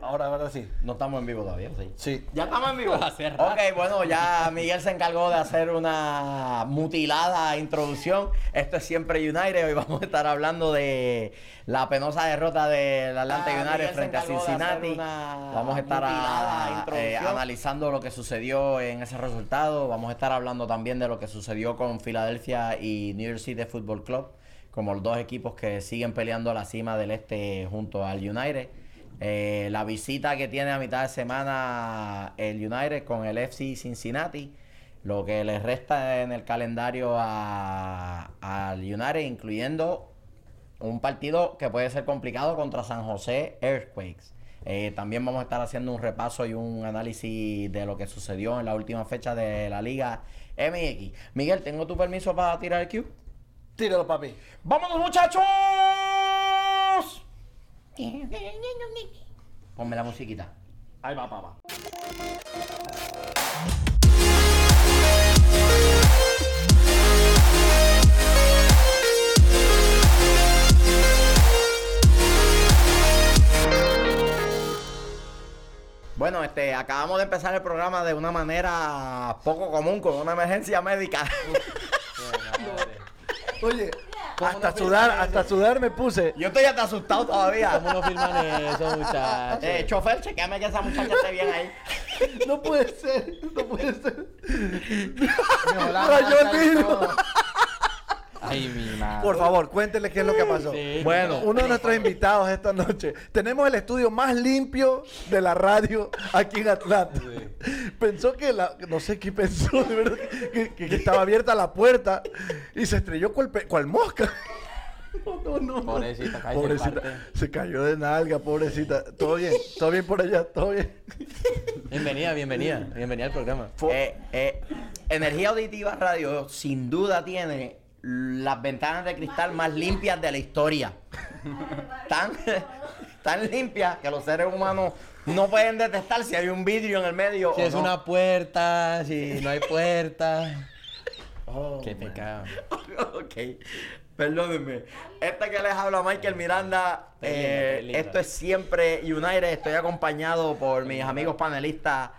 Ahora, ahora sí. No estamos en vivo todavía, sí. Sí. Ya estamos en vivo. Hace rato. Ok, bueno, ya Miguel se encargó de hacer una mutilada introducción. Esto es siempre United. Hoy vamos a estar hablando de la penosa derrota del Atlanta Ah, Miguel United se frente a encargó de Cincinnati. hacer una Vamos a estar mutilada ah, eh, introducción. analizando lo que sucedió en ese resultado. Vamos a estar hablando también de lo que sucedió con Filadelfia y New York City Football Club, como los dos equipos que siguen peleando a la cima del este junto al United. Eh, la visita que tiene a mitad de semana el United con el FC Cincinnati. Lo que les resta en el calendario a- al United, incluyendo un partido que puede ser complicado contra San José Earthquakes. Eh, también vamos a estar haciendo un repaso y un análisis de lo que sucedió en la última fecha de la Liga MX. Miguel, ¿tengo tu permiso para tirar el Q? Tíralo, papi. ¡Vámonos, muchachos! Ponme la musiquita. Ahí va, papá. Bueno, este, acabamos de empezar el programa de una manera poco común, con una emergencia médica. Oye, ¿Cómo hasta no sudar, firmaste hasta sudar me puse. Yo estoy hasta asustado todavía. ¿Cómo no firman eso, muchachos? Eh, chofer, chequeame que esa muchacha esté bien ahí. No puede ser, no puede ser. la Rayó el mata y vidrio. todo. Ay, mi madre. Por favor, cuéntenles qué es lo que pasó. Sí. Bueno, uno de nuestros invitados esta noche. Tenemos el estudio más limpio de la radio aquí en Atlanta. Pensó que la. No sé qué pensó, de verdad, que, que- que estaba abierta la puerta y se estrelló cual, pe- cual mosca. No, no, no, no. Pobrecita, cállate, parte. pobrecita. Se cayó de nalga, pobrecita. Todo bien, todo bien por allá, todo bien. Bienvenida, bienvenida. Bienvenida al programa. Eh, eh, Energía Auditiva Radio sin duda tiene las ventanas de cristal más limpias de la historia. Tan, tan limpias que los seres humanos no pueden detectar si hay un vidrio en el medio. Si o es no. una puerta, si no hay puerta. Oh, Qué pecado. ok, perdónenme. Este que les habla Michael Miranda. Está linda, está eh, linda. esto es siempre United. Estoy acompañado por mis amigos panelistas.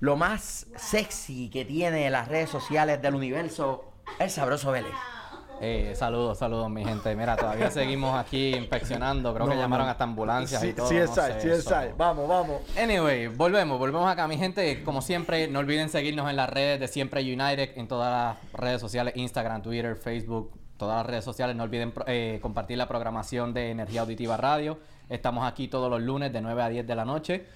Lo más sexy que tiene las redes sociales del universo, el sabroso Vélez. Eh, saludos, saludos, mi gente. Mira, todavía seguimos aquí inspeccionando. Creo que No, llamaron no. hasta ambulancias Sí, y todo. sí, no es ahí, sé, sí, es so- ahí. Vamos, vamos. Anyway, volvemos, volvemos acá, mi gente. Como siempre, no olviden seguirnos en las redes de Siempre United, en todas las redes sociales: Instagram, Twitter, Facebook, todas las redes sociales. No olviden pro- eh, compartir la programación de Energía Auditiva Radio. Estamos aquí todos los lunes de 9 a 10 de la noche.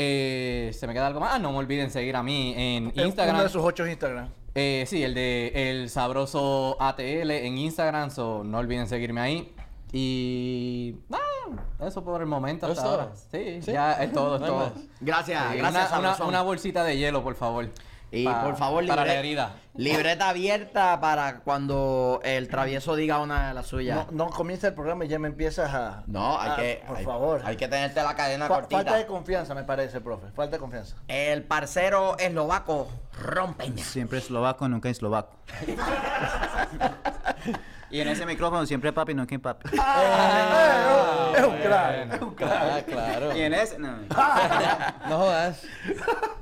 Eh, ¿Se me queda algo más? Ah, no me olviden seguir a mí en Es Instagram. Uno de sus ocho Instagram. Eh, sí, el de El Sabroso ATL en Instagram, so no olviden seguirme ahí. Y nada, eso por el momento hasta ¿Eso es ahora. todo? Sí, ¿Sí? ya es todo, es No hay todo. más. Gracias, Sí, gracias una, una- Sabrosón. una bolsita de hielo, por favor. Y Pa- por favor, Para la libre- herida. libreta abierta para cuando el travieso diga una de las suyas. No, no comienza el programa y ya me empiezas a. No, hay a- que. Por hay- favor. Hay que tenerte la cadena Fa- cortita. Falta de confianza, me parece, profe. Falta de confianza. El parcero eslovaco, rompeña. Siempre eslovaco, nunca eslovaco. y en ese micrófono siempre papi, nunca Eh, papi. eh, es un crack. Ah, bueno. es un crack. Ah, claro. Ah, y en ese... No. No jodas.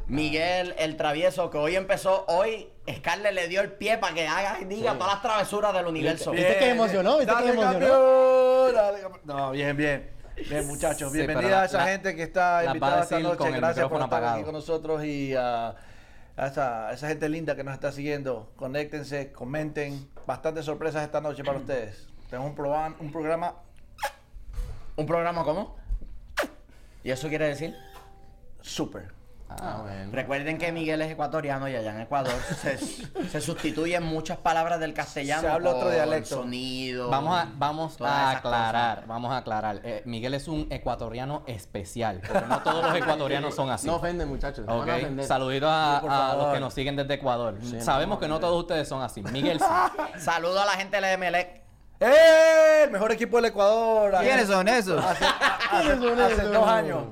Miguel el travieso, que hoy empezó, hoy Scarlett le dio el pie para que haga y diga todas las travesuras del universo. ¿Viste que emocionó? ¿Viste que Dale, emocionó? campeón, dale, campeón. No, bien, bien. Bien, muchachos. Sí, Bienvenida Este, pero la- a esa la- gente que está la va a invitada esta decir con noche. el Gracias por micrófono estar aquí apagado. con nosotros y ah, a, esa, a esa gente linda que nos está siguiendo. Conéctense, comenten. Bastantes sorpresas esta noche para ustedes. Tenemos un, proba- un programa. ¿Un programa cómo? ¿Y eso quiere decir? Súper. Ah, bueno. Recuerden que Miguel es ecuatoriano y allá en Ecuador se, se sustituyen muchas palabras del castellano. Se habla otro por dialecto. Sonido. Vamos a, vamos todas a esas aclarar, vamos a aclarar. Eh, Miguel es un ecuatoriano especial, porque no todos los ecuatorianos son así. No ofenden, muchachos. Ok, No van a ofender. saluditos a, Sí, por a los favor. que nos siguen desde Ecuador. Sí, Sabemos no, que no todos ustedes son así. Miguel, sí. cosas. Saludo a la gente de E Melec. ¡Eh! El mejor equipo del Ecuador. Ah, Ah, ¿Quiénes son esos? Ah, Hace, hace dos años.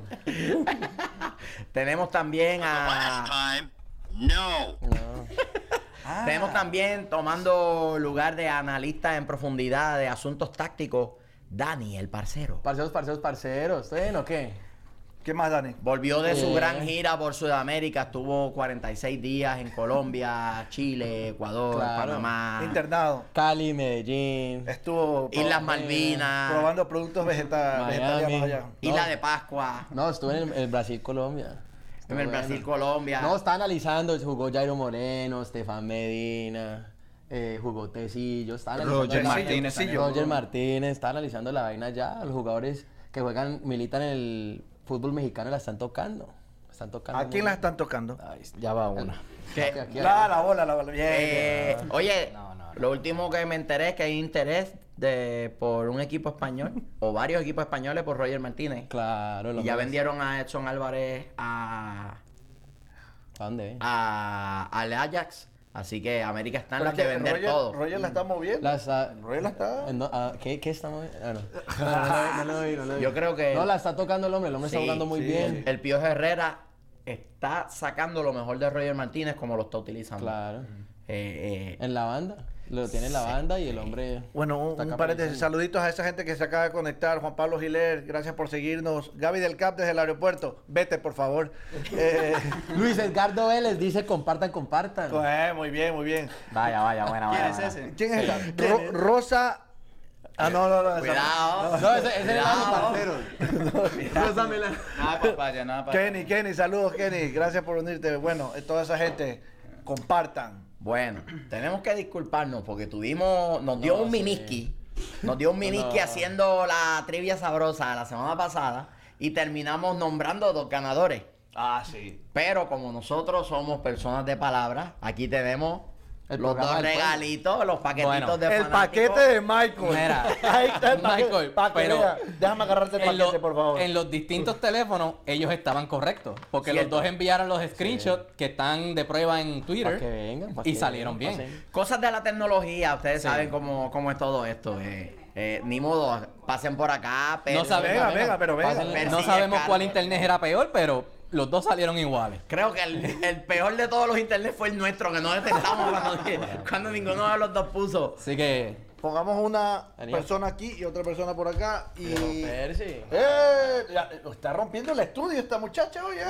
Tenemos también a. Ah. time. No. Tenemos también tomando lugar de analista en profundidad de asuntos tácticos, Dani, el parcero. Parceros, parceros, parceros. ¿Estoy bien o qué? ¿Qué más, Dani? Volvió de su Eh. gran gira por Sudamérica, estuvo 46 días en Colombia, Chile, Ecuador, Claro. Panamá, Internado. Cali, Medellín. Estuvo pro- Islas Malvinas, probando productos vegeta- Miami. vegetarianos allá. Isla de Pascua, No, estuve en el, el Brasil, Colombia. en el Estuvo Brasil, bueno. Colombia. No, estaba analizando, jugó Jairo Moreno, Estefan Medina, eh, jugó Tecillo, estaba analizando Roger la- Martínez Tecillo, también. Roger Martínez, está analizando la vaina ya. Los jugadores que juegan, militan en el fútbol mexicano la están tocando. La Están tocando. ¿A muy quién la bien. están tocando? Ay, ya va una. ¿Qué? Aquí, aquí, La, la bola, la bola. Bien, Eh, bien. oye, No, no, no. lo último que me enteré es que hay interés de por un equipo español o varios equipos españoles por Roger Martínez. Claro, Y los ya hombres. vendieron a Edson Álvarez a, ¿A dónde? a- al Ajax. Así que América está en Pero la es que que vender Roger, todo. Roger la está moviendo. La está- Roger la está. en do- ah, ¿Qué, qué estamos viendo? Ah, no. No, no, lo vi, no, lo vi, no lo vi. Yo creo que- No, la está tocando el hombre. El hombre está Sí, jugando muy sí. bien. El Piojo Herrera está sacando lo mejor de Roger Martínez como lo está utilizando. Claro. Eh, eh, En la banda. Lo tiene en la banda y el hombre. Bueno, un, Está un paréntesis. capitalizando. Saluditos a esa gente que se acaba de conectar. Juan Pablo Giler, gracias por seguirnos. Gaby del Cap desde el aeropuerto. Vete, por favor. Eh, Luis Edgardo Vélez dice: compartan, compartan. eh, muy bien, muy bien. Vaya, vaya, buena, buena. ¿Quién buena. es ese? ¿Quién es esta? Ro- Rosa. Ah, no, no, no. esa no. Cuidado. No, ese, ese es el Cuidado. parcero. Pues Nada, papaya, nada, papaya. Kenny, Kenny, saludos, Kenny. Gracias por unirte. Bueno, eh, toda esa gente, compartan. Bueno, tenemos que disculparnos porque tuvimos, nos dio un miniski, nos dio un miniski haciendo la trivia sabrosa la semana pasada y terminamos nombrando dos ganadores. Ah, sí. Pero como nosotros somos personas de palabra, aquí tenemos El los programa dos del pueblo. regalitos, los paquetitos Bueno, de el fanáticos. paquete de Michael. Mira, Ahí está el paquete. Michael, Pa' que pero- vea. Déjame agarrarte el En, paquete, lo- por favor. en los distintos teléfonos, ellos estaban correctos. Porque Cierto. los dos enviaron los screenshots que están de prueba en Twitter. Pa' que vengan, pa' y que salieron vengan, bien. Cosas de la tecnología, ustedes saben cómo, cómo es todo esto. eh. Eh, ni modo, pasen por acá, pero... No sabemos, venga, venga, pero venga. Pásenle- Persigue no sabemos Carlos. cuál internet era peor, pero los dos salieron iguales. Creo que el, el peor de todos los internet fue el nuestro, que no detectamos cuando, cuando ninguno de los dos puso. Así que Pongamos una Daniel. persona aquí y otra persona por acá. Y. Pero, Percy. ¡Eh! Ya, eh, está rompiendo el estudio esta muchacha, oye.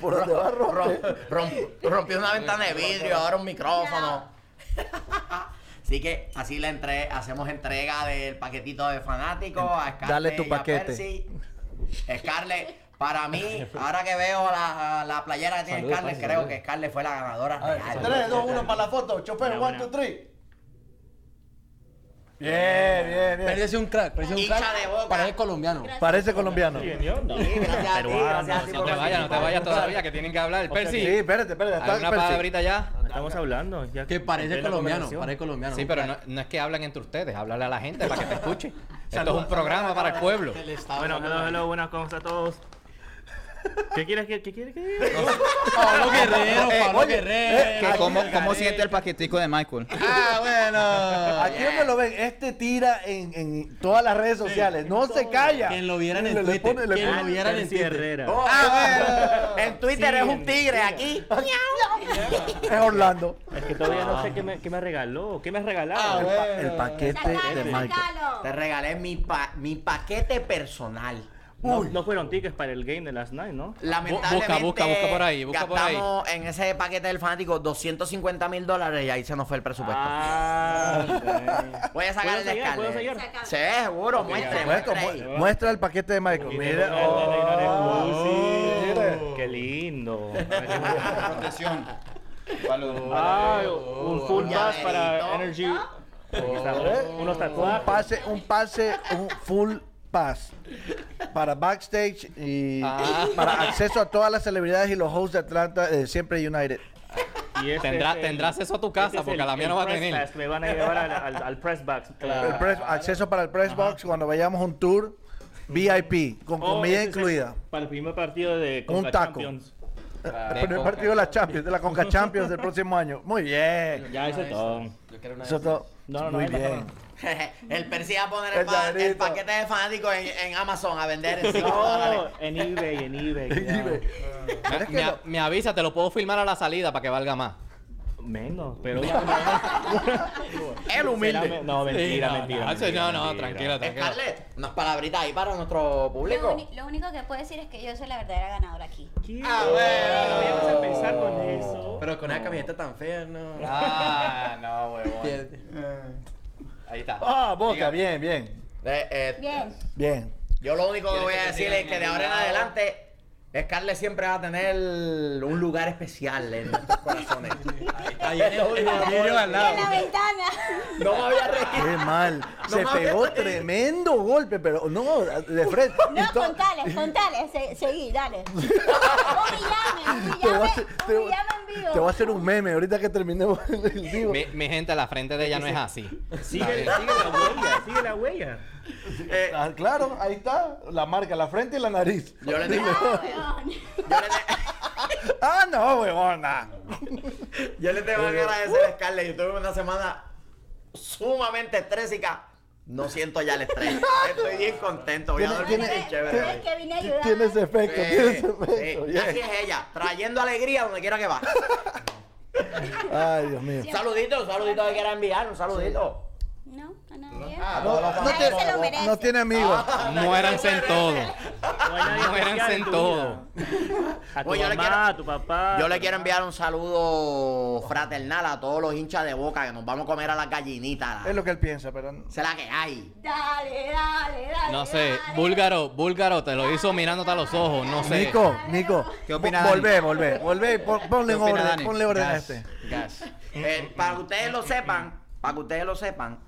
por donde va Rom- rompe. rom- rompió una ventana de vidrio, ahora un micrófono. Así que así le entre, hacemos entrega del paquetito de fanáticos a Scarlett. Dale tu y a paquete. Percy. Scarlett, para mí, ahora que veo la, la playera que tiene Saludos, Scarlett, Percy, creo saludos. que Scarlett fue la ganadora real. 3, 2, 1 para la foto. Chofer, 1, 2, 3. Bien, bien, bien. Parece un crack, parece un Hincha crack. de Boca. Parece colombiano. Parece colombiano. Sí, gracias a ti, gracias a ti no por te vayas, no te participar. vayas todavía, que tienen que hablar. Sí, Percy, espérate, espérate. ¿hay Está una Percy. palabrita ya? Estamos hablando. Ya Que parece entré en la colombiano, conversación. parece colombiano. Sí, pero no, no es que hablan entre ustedes, háblale a la gente para que te escuche. Esto es un programa para el pueblo. Ah, Bueno, hello, hello, buenas cosas a todos. ¿Qué quieres que qué quieres que diga? Pablo Guerrero, Eh, Pablo oye, Guerrero. ¿Qué- ¿Cómo, cómo siente el paquetico de Michael? Ah, Aquí donde lo ven, este tira en, en todas las redes sociales. No se calla. Quien lo viera en el Le- le Twitter, pone- le quien pone- lo viera en el Percy Twitter. Herrera. Oh, ah, bueno. En Twitter es un tigre aquí. Es Orlando. Es que todavía no sé qué Ah. me, qué me regaló, qué me has regalado. El paquete de Michael. Te regalé mi, pa- mi paquete personal. No, no fueron tickets para el game de last night, ¿no? Lamentablemente busca, busca por ahí, busca por ahí. gastamos en ese paquete del fanático 250 mil dólares y ahí se nos fue el presupuesto. Ah, ok. Voy a sacar el ¿Puedo seguir? ¿Puedo descargo. seguir? Sí, seguro, muestre, Muestra, muestre mu- ahí. muestra el paquete de Michael. Mira. Oh, oh, sí, mira. Qué lindo. Protección. Ay, oh, un full Un pass para llaverito. Energy. Aquí está, ¿eh? Unos Un tatuajes. pase, un pase, un full pass para backstage y para acceso a todas las celebridades y los hosts de Atlanta, eh, siempre United. Y este Tendrá- es el- tendrás eso a tu casa, este es porque el- la mía el no va a press tener. pass, Me van a llevar al, al, al press box. El press- acceso para el press box cuando vayamos a un tour VIP con Oh, comida ese es el- incluida. Para el primer partido de Un taco. Primer Ah, partido de la Champions, de la Conca Champions del próximo año. Muy bien. Ya hice todo. Eso todo. No, no, no, Muy no, no, bien. el Percy va a poner el, El pa- el llaverito. paquete de fanático en, en Amazon a vender en 5 No, dólares. en eBay, en eBay. ya. Dime. Me, me avisa, te lo puedo filmar a la salida para que valga más. Menos, pero una- una- El humilde. Será me- No, mentira, mentira. no, mentira, no, mentira. tranquilo, tranquilo. Scarlett, unas palabritas ahí para nuestro Lo, público. uni- lo único que puedo decir es que yo soy la verdadera ganadora aquí. ¿Qué? Ah, No bueno. vayamos a pensar con eso. Pero con una camiseta tan fea, no. Ah, no, huevón. Ahí está. Ah, boca, bien, bien. Eh, eh, Bien. Bien. Yo lo único que voy a que te decir digan es que en de algún ahora en lado? adelante, Scarlett siempre va a tener un lugar especial en nuestros corazones. Es lo único que puedo al En la ventana. decir. No me había reído. Qué mal. Se mames. pegó tremendo golpe, pero no, de frente. No, Y to- contales, contales, se- seguí, dale. Humillame, Te voy, a humillame, hacer, te, voy- humillame en vivo. te voy a hacer un meme ahorita que terminemos el vivo. Mi, mi gente, la frente de ella no es así. Sigue, sigue la huella, sigue la huella. Ah, claro, ahí está. La marca, la frente y la nariz. Yo le tengo, No, weón. yo le te- Ah, no, huevona. yo le tengo que agradecer uh. a Scarlett. Yo tuve una semana sumamente estrésica. No siento ya el estrés. Estoy bien contento. Voy a Tiene- dormir tiene- bien Pero es chévere. que vine a ayudar. Tiene ese efecto, tiene ese Sí, efecto. sí, bien. Así es ella, trayendo alegría donde quiera que va. Ay, Dios mío. Un saludito, un saludito que quiera enviar, un saludito. No, a nadie. Ah, No, todas las- Nadie tiene- se lo merece. no tiene amigos. Ah, Muéranse en todo. No hay nadie Muéranse especial en tu todo. vida. A tu Oye, yo le mamá, quiero- a tu papá. Yo le quiero enviar un saludo fraternal a todos los hinchas de boca que nos vamos a comer a las gallinitas. Es lo que él piensa, pero. no. Será que hay. Dale, dale, dale. No sé, dale. búlgaro, búlgaro, te lo hizo mirándote a los ojos, no sé. Nico, Nico. ¿Qué opina vo- Dani? Volvé, volvé, volvé y pon- ponle ¿Qué en opina orden, Dani? ponle orden a Gas. este. Gas. Eh, para que ustedes lo sepan, eh. para que ustedes lo sepan,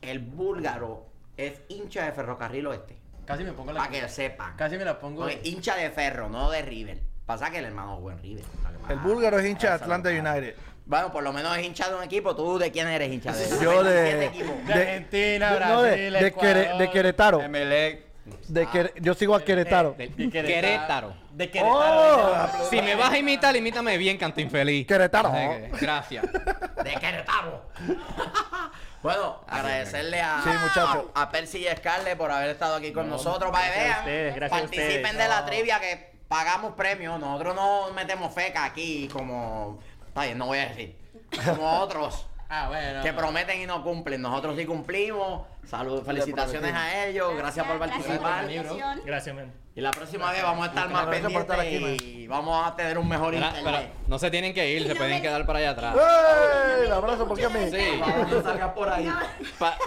el búlgaro es hincha de Ferrocarril Oeste. Casi me pongo Para que sepan. Casi me la pongo. Porque hincha de Ferro, no de River. Pasa que el hermano buen River. El búlgaro es hincha de Atlanta United. Bueno, por lo menos es hincha de un equipo. ¿Tú de quién eres hincha? De Yo ¿Qué de. equipo? De Argentina, de- no, de- Brasil, de, Ecuador, Quere- de Querétaro. Emelec. De Ah, Quere- yo sigo a Querétaro. De Querétaro. De ¡Oh! Si me vas a imitar, imítame bien, canto infeliz. Querétaro. Así que, Gracias. de Querétaro. bueno, agradecerle a, Sí, muchacho. a, a Percy y Scarlett por haber estado aquí con nosotros. Para que gracias a vean, ustedes, gracias a participen ustedes. de la trivia que pagamos premios. Nosotros no metemos feca aquí como... Está bien, no voy a decir. Como otros Ah, bueno. que prometen y no cumplen. Nosotros sí cumplimos. Saludos, felicitaciones a ellos. Gracias por Gracias la participar. invitación. Gracias, man. Y la próxima vez vamos a estar más Gracias por estar pendientes aquí, y vamos a tener un mejor Pero- pero internet. no se tienen que ir, se No pueden me- quedar para allá atrás. ¡Ey! El abrazo porque a mí. Sí. Vamos a sacar por ahí. Pa-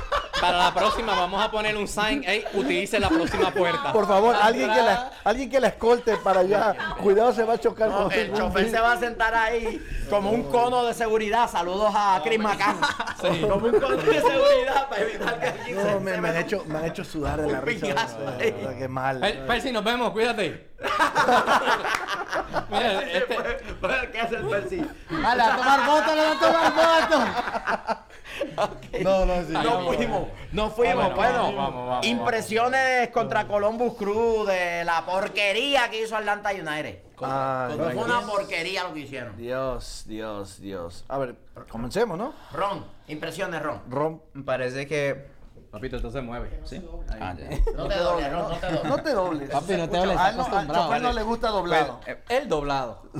para la próxima vamos a poner un sign, hey, utilice la próxima puerta. Por favor, alguien que, la, alguien que la escolte para allá. Cuidado, se va a chocar No, con el algún chofer se va a sentar ahí como un cono de seguridad. Saludos a Chris Macan. Como un cono de seguridad para evitar que alguien se- No, me, se me han meta hecho, me han hecho sudar de un la risa. piñazo de ahí. verdad, Qué mal. Per- Percy, nos vemos, cuídate. Mira, un- este- Bueno, ¿Qué hace el Percy? ¡Vale, a tomar voto, le va a tomar voto! No, no, sí. No fuimos, no fuimos. Vamos, bueno, Ah, vamos, vamos, vamos. impresiones contra Columbus Crew de la porquería que hizo Atlanta United. Ah, Fue una porquería lo que hicieron. Dios, Dios, Dios. A ver, comencemos, ¿no? Ron, impresiones, Ron. Rom. Me Parece que. Papito, entonces mueve. Ah, Sí. No te dobles, Ron, no te dobles. No te dobles. Papi, no te Escucha, hables, a está él no- al acostumbrado. chofer no le gusta doblado. Pues, eh, El doblado. eh,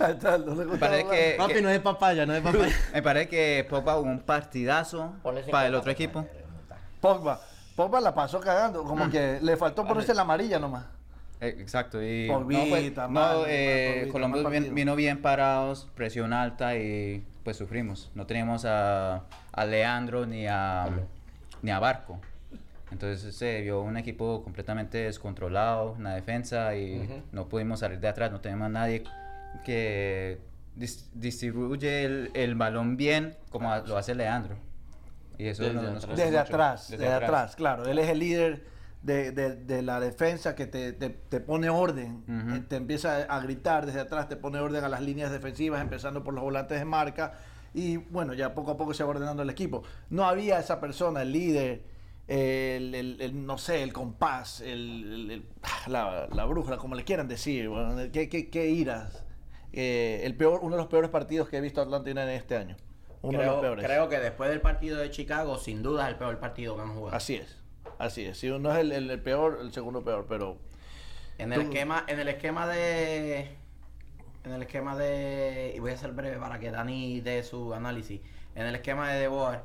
Ahí está, no le gusta parece doblado. que, que- Papi, no es papaya, no es papaya. me parece que Popa jugó un partidazo Ponle cincuenta, para el ponle otro equipo. Pogba. Pogba la pasó cagando. Como Mm. que le faltó ponerse la amarilla nomás. Eh, exacto. Y Pogbita, no, pues, mal, no, mal, eh, Pogbita, Colombia mal bien- partido. vino bien parados, presión alta y pues sufrimos. No teníamos a, a Leandro ni a, ni a Barco. Entonces se vio un equipo completamente descontrolado en la defensa y no pudimos salir de atrás, no teníamos a nadie que dis- distribuye el, el balón bien como a- lo hace Leandro. Y eso Desde no- nos atrás. costó Desde mucho. atrás, desde, atrás. claro. Él es el líder de, de- de la defensa que te, te- te pone orden, Ujú. eh, te empieza a gritar desde atrás, te pone orden a las líneas defensivas, empezando por los volantes de marca. Y bueno, ya poco a poco se va ordenando el equipo. No había esa persona, el líder, el, el- el, no sé, el compás, el, el- el- ah, la, la brújula, como le quieran decir. Bueno, ¿qué, qué- qué iras? Eh, el peor, uno de los peores partidos que he visto Atlanta United este año. Uno de los Creo, peores. creo que después del partido de Chicago, sin duda es el peor partido que han jugado. Así es, así es. Si uno es el, el- el peor, el segundo peor, pero En el Tú- esquema, en el esquema de en el esquema de. Y voy a ser breve para que Dani dé su análisis. En el esquema de De Boer,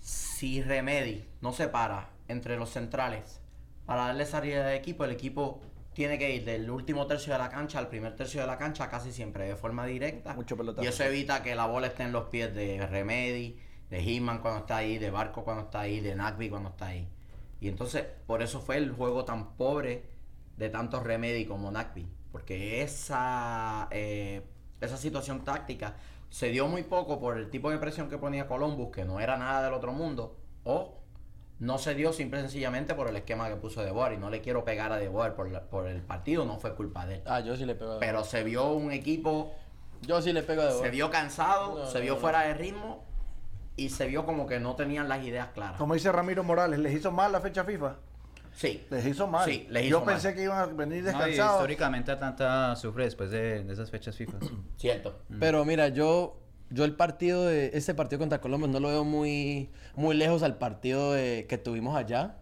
si Remedy no se para entre los centrales para darle salida al equipo, el equipo tiene que ir del último tercio de la cancha al primer tercio de la cancha casi siempre de forma directa. Mucho pelotazo. Y eso evita que la bola esté en los pies de Remedy, de Hitman cuando está ahí, de Barco cuando está ahí, de Nagby cuando está ahí. Y entonces, por eso fue el juego tan pobre de tantos Remedy como Nagby. Porque esa, eh, esa situación táctica se dio muy poco por el tipo de presión que ponía Columbus, que no era nada del otro mundo, o no se dio simple y sencillamente por el esquema que puso De Boer. Y no le quiero pegar a De Boer por, la- por el partido, no fue culpa de él. Ah, yo sí le pego a Pero se vio un equipo, Yo sí le pego a De se Boer. vio cansado, No, se no, vio no. fuera de ritmo y se vio como que no tenían las ideas claras. Como dice Ramiro Morales, les hizo mal la fecha FIFA. Sí. Les hizo mal. Sí, les Yo hizo pensé mal. que iban a venir No, y descansados. históricamente Atlanta sufre después de, de esas fechas FIFA. Cierto. Pero mira, yo, yo el partido de ese partido contra Colombia no lo veo muy, muy lejos al partido de- que tuvimos allá,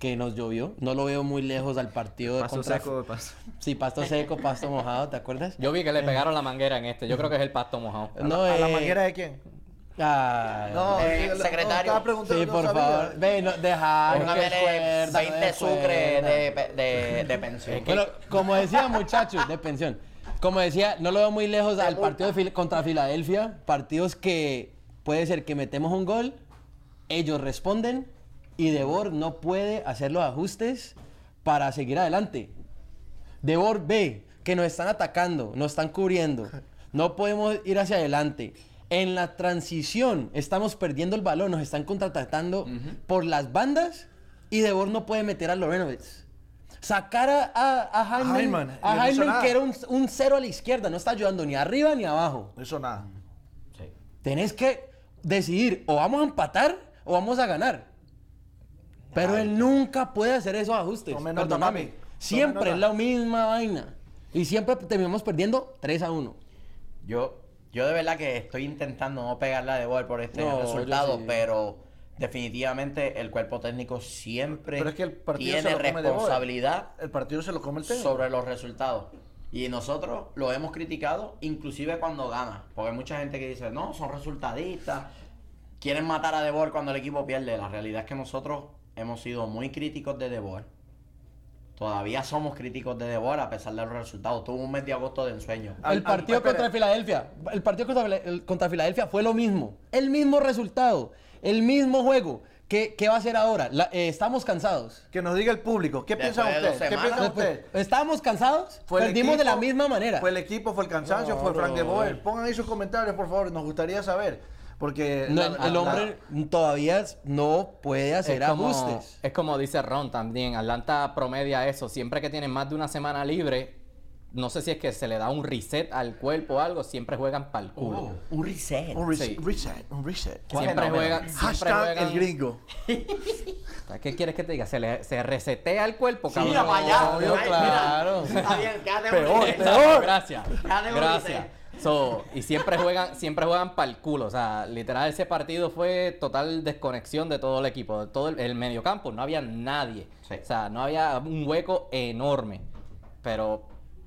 que nos llovió. No lo veo muy lejos al partido de Paso contra- seco, paso. Sí, pasto seco, pasto mojado, ¿te acuerdas? Yo vi que le pegaron la manguera en este. Yo creo que es el pasto mojado. No, ¿A la eh, manguera de quién? ah, Eh, yo le- secretario. estaba preguntando, sí, no por sabía. favor. Ve, no, deja. no Póngamele descuerda, no 20 sucres descuerda. de, pe- de, de pensión. Bueno, como decía, muchachos, de pensión. Como decía, no lo veo muy lejos al partido de Fil- contra Filadelfia. Partidos que puede ser que metemos un gol, ellos responden y Debor no puede hacer los ajustes para seguir adelante. Debor ve que nos están atacando, nos están cubriendo. No podemos ir hacia adelante. En la transición estamos perdiendo el balón, nos están contraatacando por las bandas y Debor no puede meter a Lorenovitz. Sacar a, a, a Hyman, Hyman, y a no hizo Hyman, nada. que era un, un cero a la izquierda, no está ayudando ni arriba ni abajo. No hizo nada. Sí. Tenés que decidir o vamos a empatar o vamos a ganar. Pero él nunca puede hacer esos ajustes. Tome nota, Perdóname. mami. Tome Siempre es nota. la misma vaina. Y siempre terminamos perdiendo 3 a 1. Yo, yo de verdad que estoy intentando no pegarla de gol por este No, yo resultado, sí. pero definitivamente el cuerpo técnico siempre Pero es que el partido se tiene lo come de gol. responsabilidad El partido se lo come el técnico. sobre los resultados. Y nosotros lo hemos criticado, inclusive cuando gana. Porque hay mucha gente que dice, no, son resultadistas, quieren matar a De Boer cuando el equipo pierde. La realidad es que nosotros hemos sido muy críticos de De Boer. Todavía somos críticos de De Boer a pesar de los resultados. Tuvo un mes de agosto de ensueño. Al- el al- partido espera. contra Filadelfia. El partido contra, Fila- el- contra Filadelfia fue lo mismo. El mismo resultado. El mismo juego. ¿Qué, qué va a hacer ahora? La- eh, estamos cansados. Que nos diga el público. ¿Qué Después piensan de dos ustedes? ¿Qué semanas. piensan ustedes? ¿Estamos cansados? el Perdimos de la equipo? misma manera. ¿Fue el equipo? ¿Fue el cansancio? ¿Fue Frank de Boer? Pongan ahí sus comentarios, por favor. Nos gustaría saber. Porque No, la- el, la- el hombre todavía no puede hacer ajustes. es como dice Ron también, Atlanta promedia eso. Siempre que tienen más de una semana libre, no sé si es que se le da un reset al cuerpo o algo, siempre juegan para el Oh. culo. un reset. la- un res- sí. reset, un reset. Siempre juegan, siempre Hashtag juegan. el gringo. ¿Qué quieres que te diga? Se, le, se resetea el cuerpo, cabrón. Mira para allá. obvio, Ay, mira. claro. Está bien, quédate con Peor, peor. eso. Exacto, Gracias. Ya debo Gracias. So, y siempre juegan, siempre juegan para el culo. O sea, literal, ese partido fue total desconexión de todo el equipo, de todo el, el mediocampo. No había nadie. Sí. O sea, no había un hueco enorme. Pero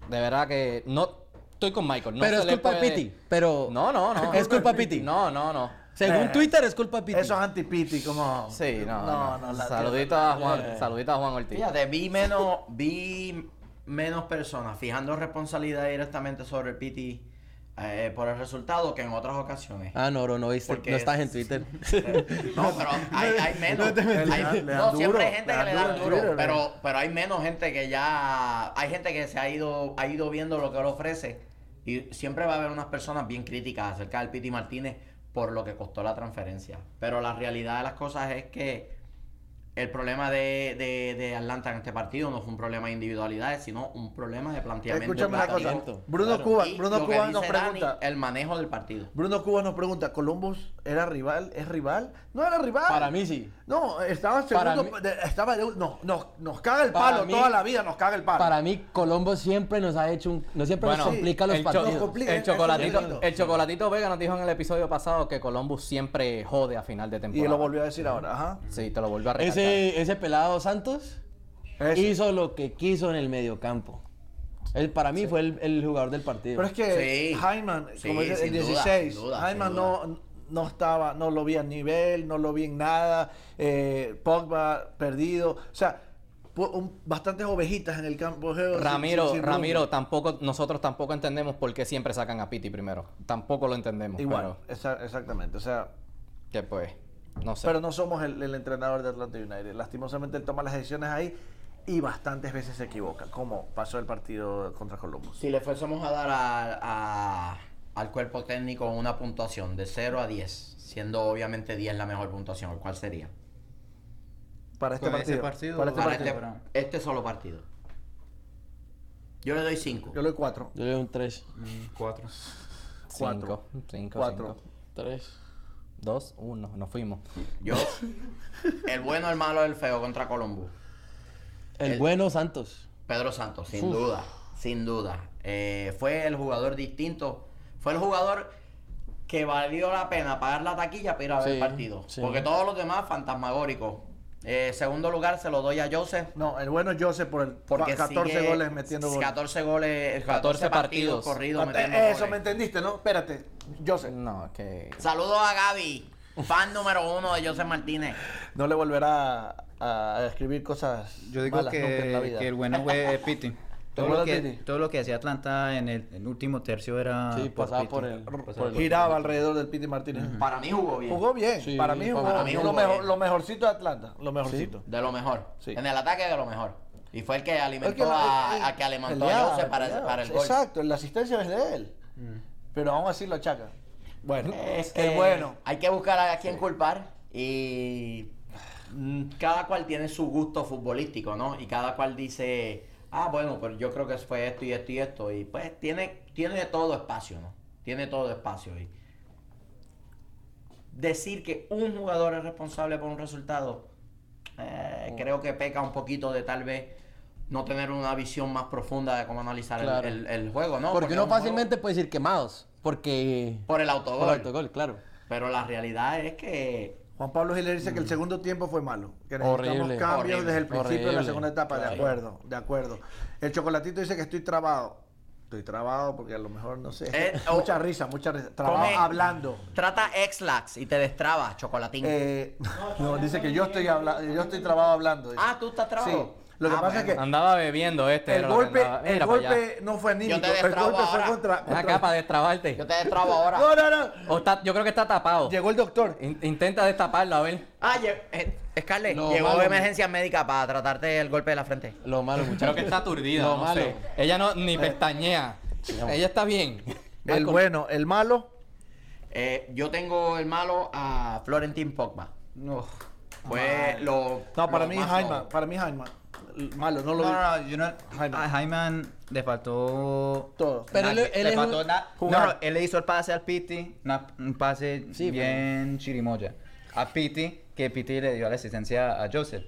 de verdad que no. Estoy con Michael. No Pero se es le culpa de puede- Piti, pero- No, no, no. Es culpa de Piti. No, no, no. Según Eh, Twitter es culpa de Piti. Eso es antipiti, como... Sí, no. No, no. la- saludito a Juan. Saludito a Juan Ortiz. Fíjate, vi menos, vi menos personas fijando responsabilidad directamente sobre el PT eh, por el resultado que en otras ocasiones. Ah, no, bro, no viste. Porque no estás es- en Twitter. No, pero hay, hay menos. Hay- Le dan- le no, dan duro, siempre hay gente le que dan le da duro, duro, duro, pero, pero hay menos gente que ya. Hay gente que se ha ido, ha ido viendo lo que él ofrece. Y siempre va a haber unas personas bien críticas acerca del Piti Martínez por lo que costó la transferencia. Pero la realidad de las cosas es que el problema de, de- de Atlanta en este partido no fue un problema de individualidades, sino un problema de planteamiento. Escúchame una táctico. cosa. Bruno Cuba, Y Bruno lo que Cuba nos dice Dani, pregunta... el manejo del partido. Bruno Cubas nos pregunta, ¿Columbus era rival? ¿Es rival? No era rival. Para mí sí. No, estaba en Para segundo. mí- de- estaba de- no, nos, nos caga el Para palo mí- toda la vida, nos caga el palo. Para mí, Colombo siempre nos ha hecho un. No siempre Bueno, nos complica los el, cho- Nos partidos. complica, el eso yo chocolatito, entiendo. el chocolatito Vega nos dijo en el episodio pasado que Columbus siempre jode a final de Y temporada. lo volvió a decir ahora, ajá. Sí, te lo volvió a recalcar. Ese, ese pelado Santos Ese. hizo lo que quiso en el mediocampo. Él, para mí fue el, el jugador del partido. Pero es que Sí. Hyman, Sí, como dice, el sin duda, 16, sin duda, Hyman sin duda. no, no estaba, no lo vi a nivel, no lo vi en nada. eh, Pogba perdido. O sea, pu- un- bastantes ovejitas en el campo. de juego sin- Ramiro, sin- sin rumbo. Ramiro, tampoco, nosotros tampoco entendemos por qué siempre sacan a Piti primero. Tampoco lo entendemos. Igual, esa- exactamente. O sea, pero que pues, no sé. pero no somos el, el entrenador de Atlanta United. Lastimosamente él toma las decisiones ahí y bastantes veces se equivoca, como pasó el partido contra Columbus. Si le fuésemos a dar a- a- al cuerpo técnico una puntuación de 0 a 10, siendo obviamente 10 la mejor puntuación, ¿cuál sería? Para este Con ese partido. partido, para este Para partido. este, este solo partido. Yo le doy 5. Yo le doy cuatro. Yo le doy un 3. Cuatro. cuatro. Cinco, cinco, Cuatro. cinco. 3. Dos, uno, nos fuimos. Yo, el bueno, el malo, el feo contra Columbus. El, El- bueno Santos. Pedro Santos, sin Uf. duda, sin duda. Eh, fue el jugador distinto. Fue el jugador que valió la pena pagar la taquilla para ir a ver el Sí, partido. sí. Porque todos los demás, fantasmagóricos. Eh, segundo lugar se lo doy a Joseph. No, el bueno Joseph por el Porque 14 sigue goles metiendo goles. 14 goles, 14, 14 partidos, partidos. corridos. Ante- metiendo Ah, eh, Eso goles. me entendiste, ¿no? Espérate, Joseph. No, es que. Saludos a Gaby, fan número uno de Joseph Martínez. No le volverá a, a escribir cosas Yo digo malas que, nunca en la vida. que el bueno fue Pitti. Todo bueno lo, que, Pitti. todo lo que hacía Atlanta en el, el último tercio era. Sí, pasaba Pitti. por el- Pasaba por el- Pitti. Giraba alrededor del Piti Martínez. Para mí jugó bien. Jugó bien, Sí, para mí jugó, para mí lo, jugó mejor- bien. lo mejorcito de Atlanta, lo mejorcito. De lo mejor. Sí. En el ataque de lo mejor. Y fue el que alimentó Es que la- a, el- al que alimentó peleaba, a Joseph para, peleaba. para el gol. Exacto, la asistencia es de él. Pero aún así lo achaca. Mm. Bueno, Es el que bueno. Eh, Hay que buscar a quien culpar y mm, cada cual tiene su gusto futbolístico, ¿no? Y cada cual dice, ah, bueno, pero yo creo que fue esto y esto y esto. Y pues tiene, tiene todo espacio, ¿no? Tiene todo espacio. Y decir que un jugador es responsable por un resultado, eh, creo que peca un poquito de tal vez no tener una visión más profunda de cómo analizar el- Claro. el, el juego, ¿no? porque es uno un juego fácilmente puede decir quemados. Porque. Por el Por autogol. autogol, claro. Pero la realidad es que Juan Pablo Giler dice que Mm. el segundo tiempo fue malo. Que necesitamos Horrible. cambios Horrible. desde el principio de la Horrible. segunda etapa. Claro. De acuerdo, de acuerdo. El chocolatito dice que estoy trabado. Estoy trabado porque a lo mejor no sé. Eh, oh. mucha risa, mucha risa. Trabado Come. hablando. trata Exlax y te destrabas, chocolatín. Eh, no, dice que yo estoy habla- yo estoy trabado hablando. dice. ah, tú estás trabado. Sí. Lo que Ah, pasa es que Andaba bebiendo este. el era lo que golpe, andaba- el Mira pa' allá. golpe no fue te anímico. El destrabo golpe fue ahora. contra. Ven contra- acá para destrabarte. Yo te destrabo ahora. No, no, no. O está- yo creo que está tapado. Llegó el doctor. In- intenta destaparlo, a ver. Ah, lle- eh, Scarlett, Lo llegó malo- emergencia médica para tratarte el golpe de la frente. Lo malo, muchachos. Creo que está aturdida, Lo no, malo. sé. Ella no ni pestañea. Ella está bien. El bueno, el malo. Eh, yo tengo el malo a Florentín Pogba. No. Fue lo. No, para lo mí más Jaime. loco. Para mí Jaime. Malo, no No, lo vi. no, no, yo no. Hyman. A Hyman le faltó. Todo. Pero él- le, él le es faltó un- na- No, jugar. no, él le hizo el pase al Pitti. una- un pase Sí, bien chirimoya. A Pitti, que Pitti le dio la asistencia a Joseph.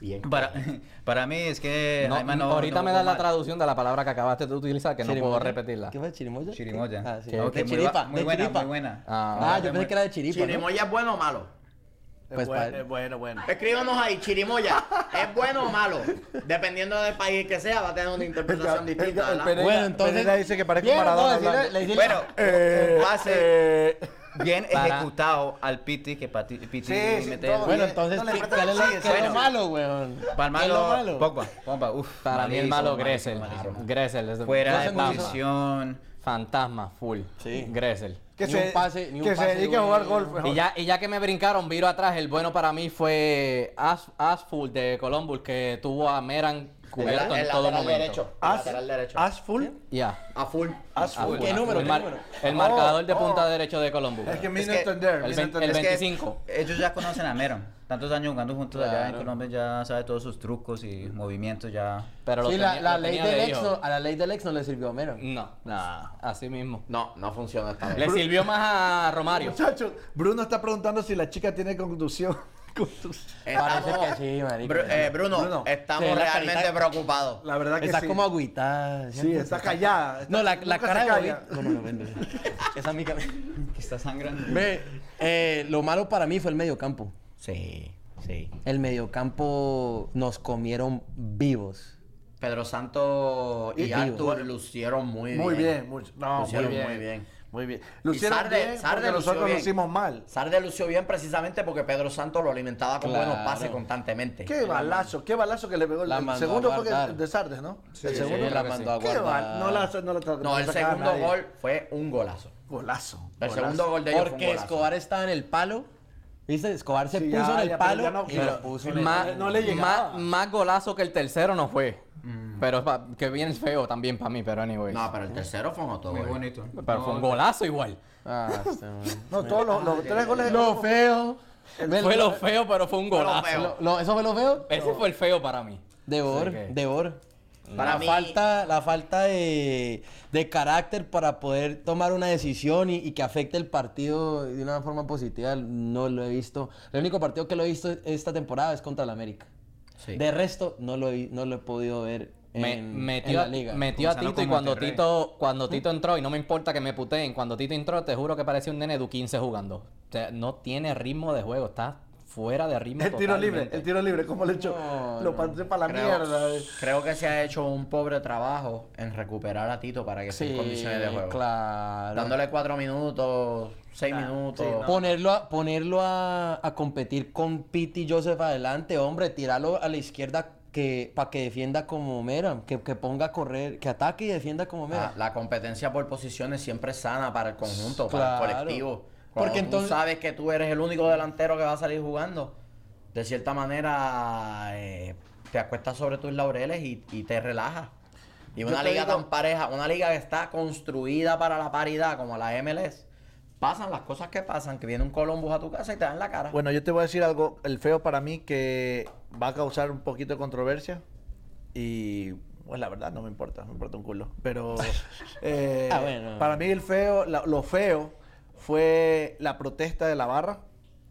Bien. Para, para mí es que No, Hyman ahorita no me jugó da la mal. traducción de la palabra que acabaste de utilizar, que no puedo ¿Chirimoya? repetirla. ¿Qué fue? ¿Chirimoya? Chirimoya. Ah, sí. Ah, ok, de muy chiripa. bu- Muy de buena, chiripa. muy buena. Ah, Ah, yo pensé que era de chiripa. ¿no? ¿Chirimoya es bueno o malo? Es Pues buen- para- es bueno, bueno. Escríbanos ahí, Chirimoya. ¿Es bueno o malo? Dependiendo del país que sea, va a tener una interpretación El- el- distinta. el ¿verdad? Pereira- Bueno, entonces- Pereira dice que parece Bien, Maradona. no, decirle- hablando. le- Bueno, Eh, un pase bien Para- ejecutado al Pitti, que Pati- Pitti Sí, sí, mete todo. el- Bueno, No entonces, le ¿qué- falta ¿cuál es la- decir, qué es lo bueno. malo, weón? Para el ¿Qué es lo malo, malo? Pogba, Pogba, uf. Para mí el malísimo, malo malísimo, Gressel. malísimo. Gressel es Fuera de Gressel, posición. Fantasma, full. Sí. Gressel. Que Ni se, un pase- ni un que se pase dedique a jugar bueno. golf. mejor. Y ya, y ya que me brincaron, viro atrás. El bueno para mí fue As, Asful de Columbus, que tuvo a Meran El- cubierto el en todo lateral momento. derecho, Ah, el As, lateral derecho. as full. Ya. A full. As full. ¿Qué Asful, número, El, qué mar- número? el Oh, marcador de oh. punta derecho de Columbus. Es que me Es no que entender. el me no vein- el entender. Es que 25. ellos ya conocen a Meron. Tantos años jugando juntos allá en Claro. Colombia, ya sabe todos sus trucos y movimientos ya. Pero lo Sí, la, tenía- la lo ley tenía del de ex hijo. no, a la ley del ex no le sirvió menos. No. Así mismo. No, no funciona esta vez. Le sirvió más a Romario. Muchachos, Bruno está preguntando si la chica tiene conducción. Conducción. Parece que sí, marico. Bru- eh, Bruno, Bruno. estamos Sí, la realmente carita- preocupados. La verdad que Está sí. como agüitada. Sí, está callada. No, la, la Nunca cara se de calla. Bobby- No, no, no, vende. Esa mica. Que está sangrando. Ve, eh, lo malo para mí fue el mediocampo. Sí, sí. El mediocampo nos comieron vivos. Pedro Santo y, Y- Arthur lucieron muy bien. Muy bien, mucho- no, lucieron muy bien. muy bien. Muy bien. Lucieron Sarde- bien Sarde porque lució nosotros bien. lo hicimos mal. Sarde lució bien precisamente porque Pedro Santos lo alimentaba con buenos Claro. pases constantemente. Qué balazo, qué balazo que le pegó el, La el mandó a segundo fue guardar. el de Sardes, ¿no? el Sí, segundo. la mandó a qué guardar. bal- no la no la no No, la el sacaba segundo nadie. gol fue un golazo. Golazo. El golazo. segundo gol de ellos fue un Porque golazo. Escobar estaba en el palo. ¿Viste? Escobar se Sí, puso ya, en el ya, pero palo ya no- y pero- lo puso en el Más, no le llegaba. más, más golazo que el tercero no fue. Mm. Pero pa- que bien feo también para mí, pero anyway. No, pero el tercero fue un autogol. Muy bonito. pero fue un golazo igual. Ah, este man. No, todos los, los tres goles de Lo feo. Fue lo feo, pero fue un Lo- golazo. lo- ¿Eso fue lo feo? Ese fue el feo para mí. Devor, Sí, que- Devor. Para la, mí- falta, la falta de, de carácter para poder tomar una decisión y, y que afecte el partido de una forma positiva, no lo he visto. El único partido que lo he visto esta temporada es contra el América. Sí. De resto, no lo he, no lo he podido ver en, Me- en metió la a- liga. metió a Gonzalo Tito y con cuando Monterrey. Tito, cuando Tito entró, y no me importa que me puteen, cuando Tito entró, te juro que parecía un nene de 15 jugando. O sea, no tiene ritmo de juego, está fuera de ritmo. El tiro libre, totalmente. el tiro libre, ¿cómo le echó? lo pasé para la Creo, mierda. eh. creo que se ha hecho un pobre trabajo en recuperar a Tito para que esté Sí, en condiciones de juego. claro. Dándole cuatro minutos, seis minutos. Ponerlo, a, ponerlo a, a competir con Pete y Joseph adelante, hombre, tirarlo a la izquierda que para que defienda como Meram, que, que ponga a correr, que ataque y defienda como Ah, Meram. la competencia por posiciones siempre es sana para el conjunto, para el Claro. colectivo. Porque Porque tú entonces- sabes que tú eres el único delantero que va a salir jugando. De cierta manera, eh, te acuestas sobre tus laureles y, y te relajas. Y una te liga digo- tan pareja, una liga que está construida para la paridad como la MLS, pasan las cosas que pasan, que viene un Columbus a tu casa y te dan la cara. Bueno, yo te voy a decir algo, el feo para mí que va a causar un poquito de controversia y pues la verdad no me importa, me importa un culo. Pero eh, Ah, bueno. para mí el feo, la- lo feo fue la protesta de la barra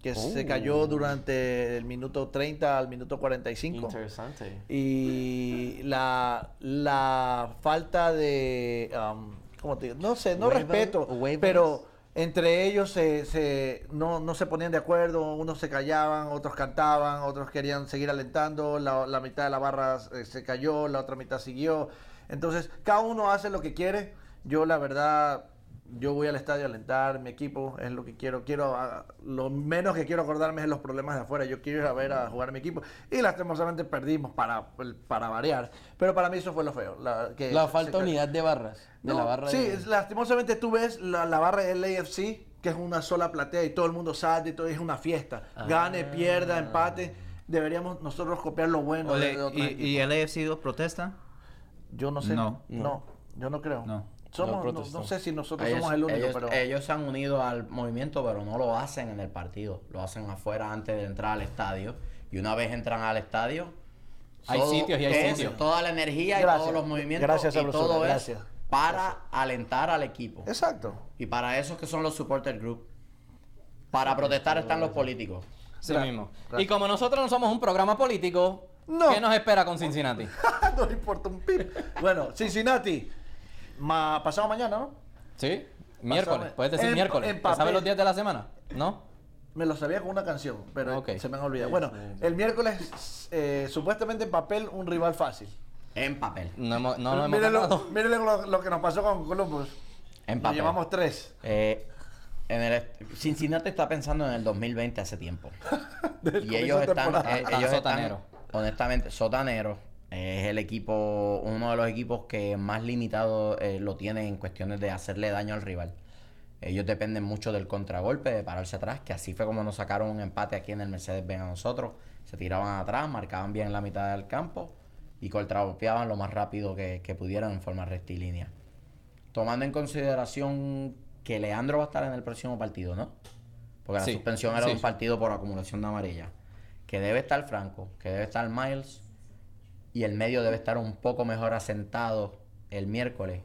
que se Uh. cayó durante el minuto 30 al minuto 45. Interesante. Y la, la falta de... um, ¿Cómo te digo? No sé, no Waiver- respeto, waivers. pero entre ellos se, se- no, no se ponían de acuerdo, unos se callaban, otros cantaban, otros querían seguir alentando, la, la mitad de la barra eh, se cayó, la otra mitad siguió. Entonces, cada uno hace lo que quiere. Yo, la verdad, yo voy al estadio a alentar, mi equipo es lo que quiero. quiero ah, Lo menos que quiero acordarme es de los problemas de afuera. Yo quiero ir a ver a jugar mi equipo. Y lastimosamente perdimos para, para variar. Pero para mí eso fue lo feo. La, que La se- falta se- de unidad de barras, de no, la barra sí, de- es- lastimosamente tú ves la, la barra del LAFC, que es una sola platea y todo el mundo sabe, y todo es una fiesta. Gane, pierda, empate. Deberíamos nosotros copiar lo bueno de, de otros Oye, equipos. ¿y, ¿Y el AFC2 protesta? Yo no sé. No. No, yo no creo. No. Somos, No no, protestó. no sé si nosotros Ellos, somos el único, ellos- pero... ellos se han unido al movimiento, pero no lo hacen en el partido. Lo hacen afuera antes de entrar al estadio. Y una vez entran al estadio, Hay todo sitios y hay es sitios. Toda la energía y Gracias. todos los movimientos. Gracias, y sabrosura, todo es gracias. para alentar al equipo. Exacto. Y para eso es que son los supporter group. Para protestar están los políticos. Sí Gra- mismo. gracias. Y como nosotros no somos un programa político, No. ¿qué nos espera con Cincinnati? no le importa un pip. bueno, Cincinnati. Ma, pasado mañana, ¿no? ¿Sí? Miércoles, Pásame. puedes decir En- miércoles. en ¿Te ¿Sabes papel. los días de la semana? ¿No? Me lo sabía con una canción, pero Ok. se me han olvidado. Bueno, el miércoles, eh, supuestamente en papel, un rival fácil. En papel. No, hemos, Ah, no, no hemos Mírenlo- ganado. mírenlo lo, lo que nos pasó con Columbus. En Nos papel. llevamos tres. Eh, en el est- Cincinnati está pensando en el 2020 hace tiempo. Del y comienzo ellos de están, temporada. eh, Están ellos sotaneros. están, honestamente, sotanero. Es el equipo, uno de los equipos que más limitado eh, lo tiene en cuestiones de hacerle daño al rival. Ellos dependen mucho del contragolpe, de pararse atrás, que así fue como nos sacaron un empate aquí en el Mercedes-Benz a nosotros. Se tiraban atrás, marcaban bien la mitad del campo y contragolpeaban lo más rápido que, que pudieran en forma rectilínea. Tomando en consideración que Leandro va a estar en el próximo partido, ¿no? Porque la Sí, suspensión era sí. un partido por acumulación de amarilla. Que debe estar Franco, que debe estar Miles y el medio debe estar un poco mejor asentado el miércoles.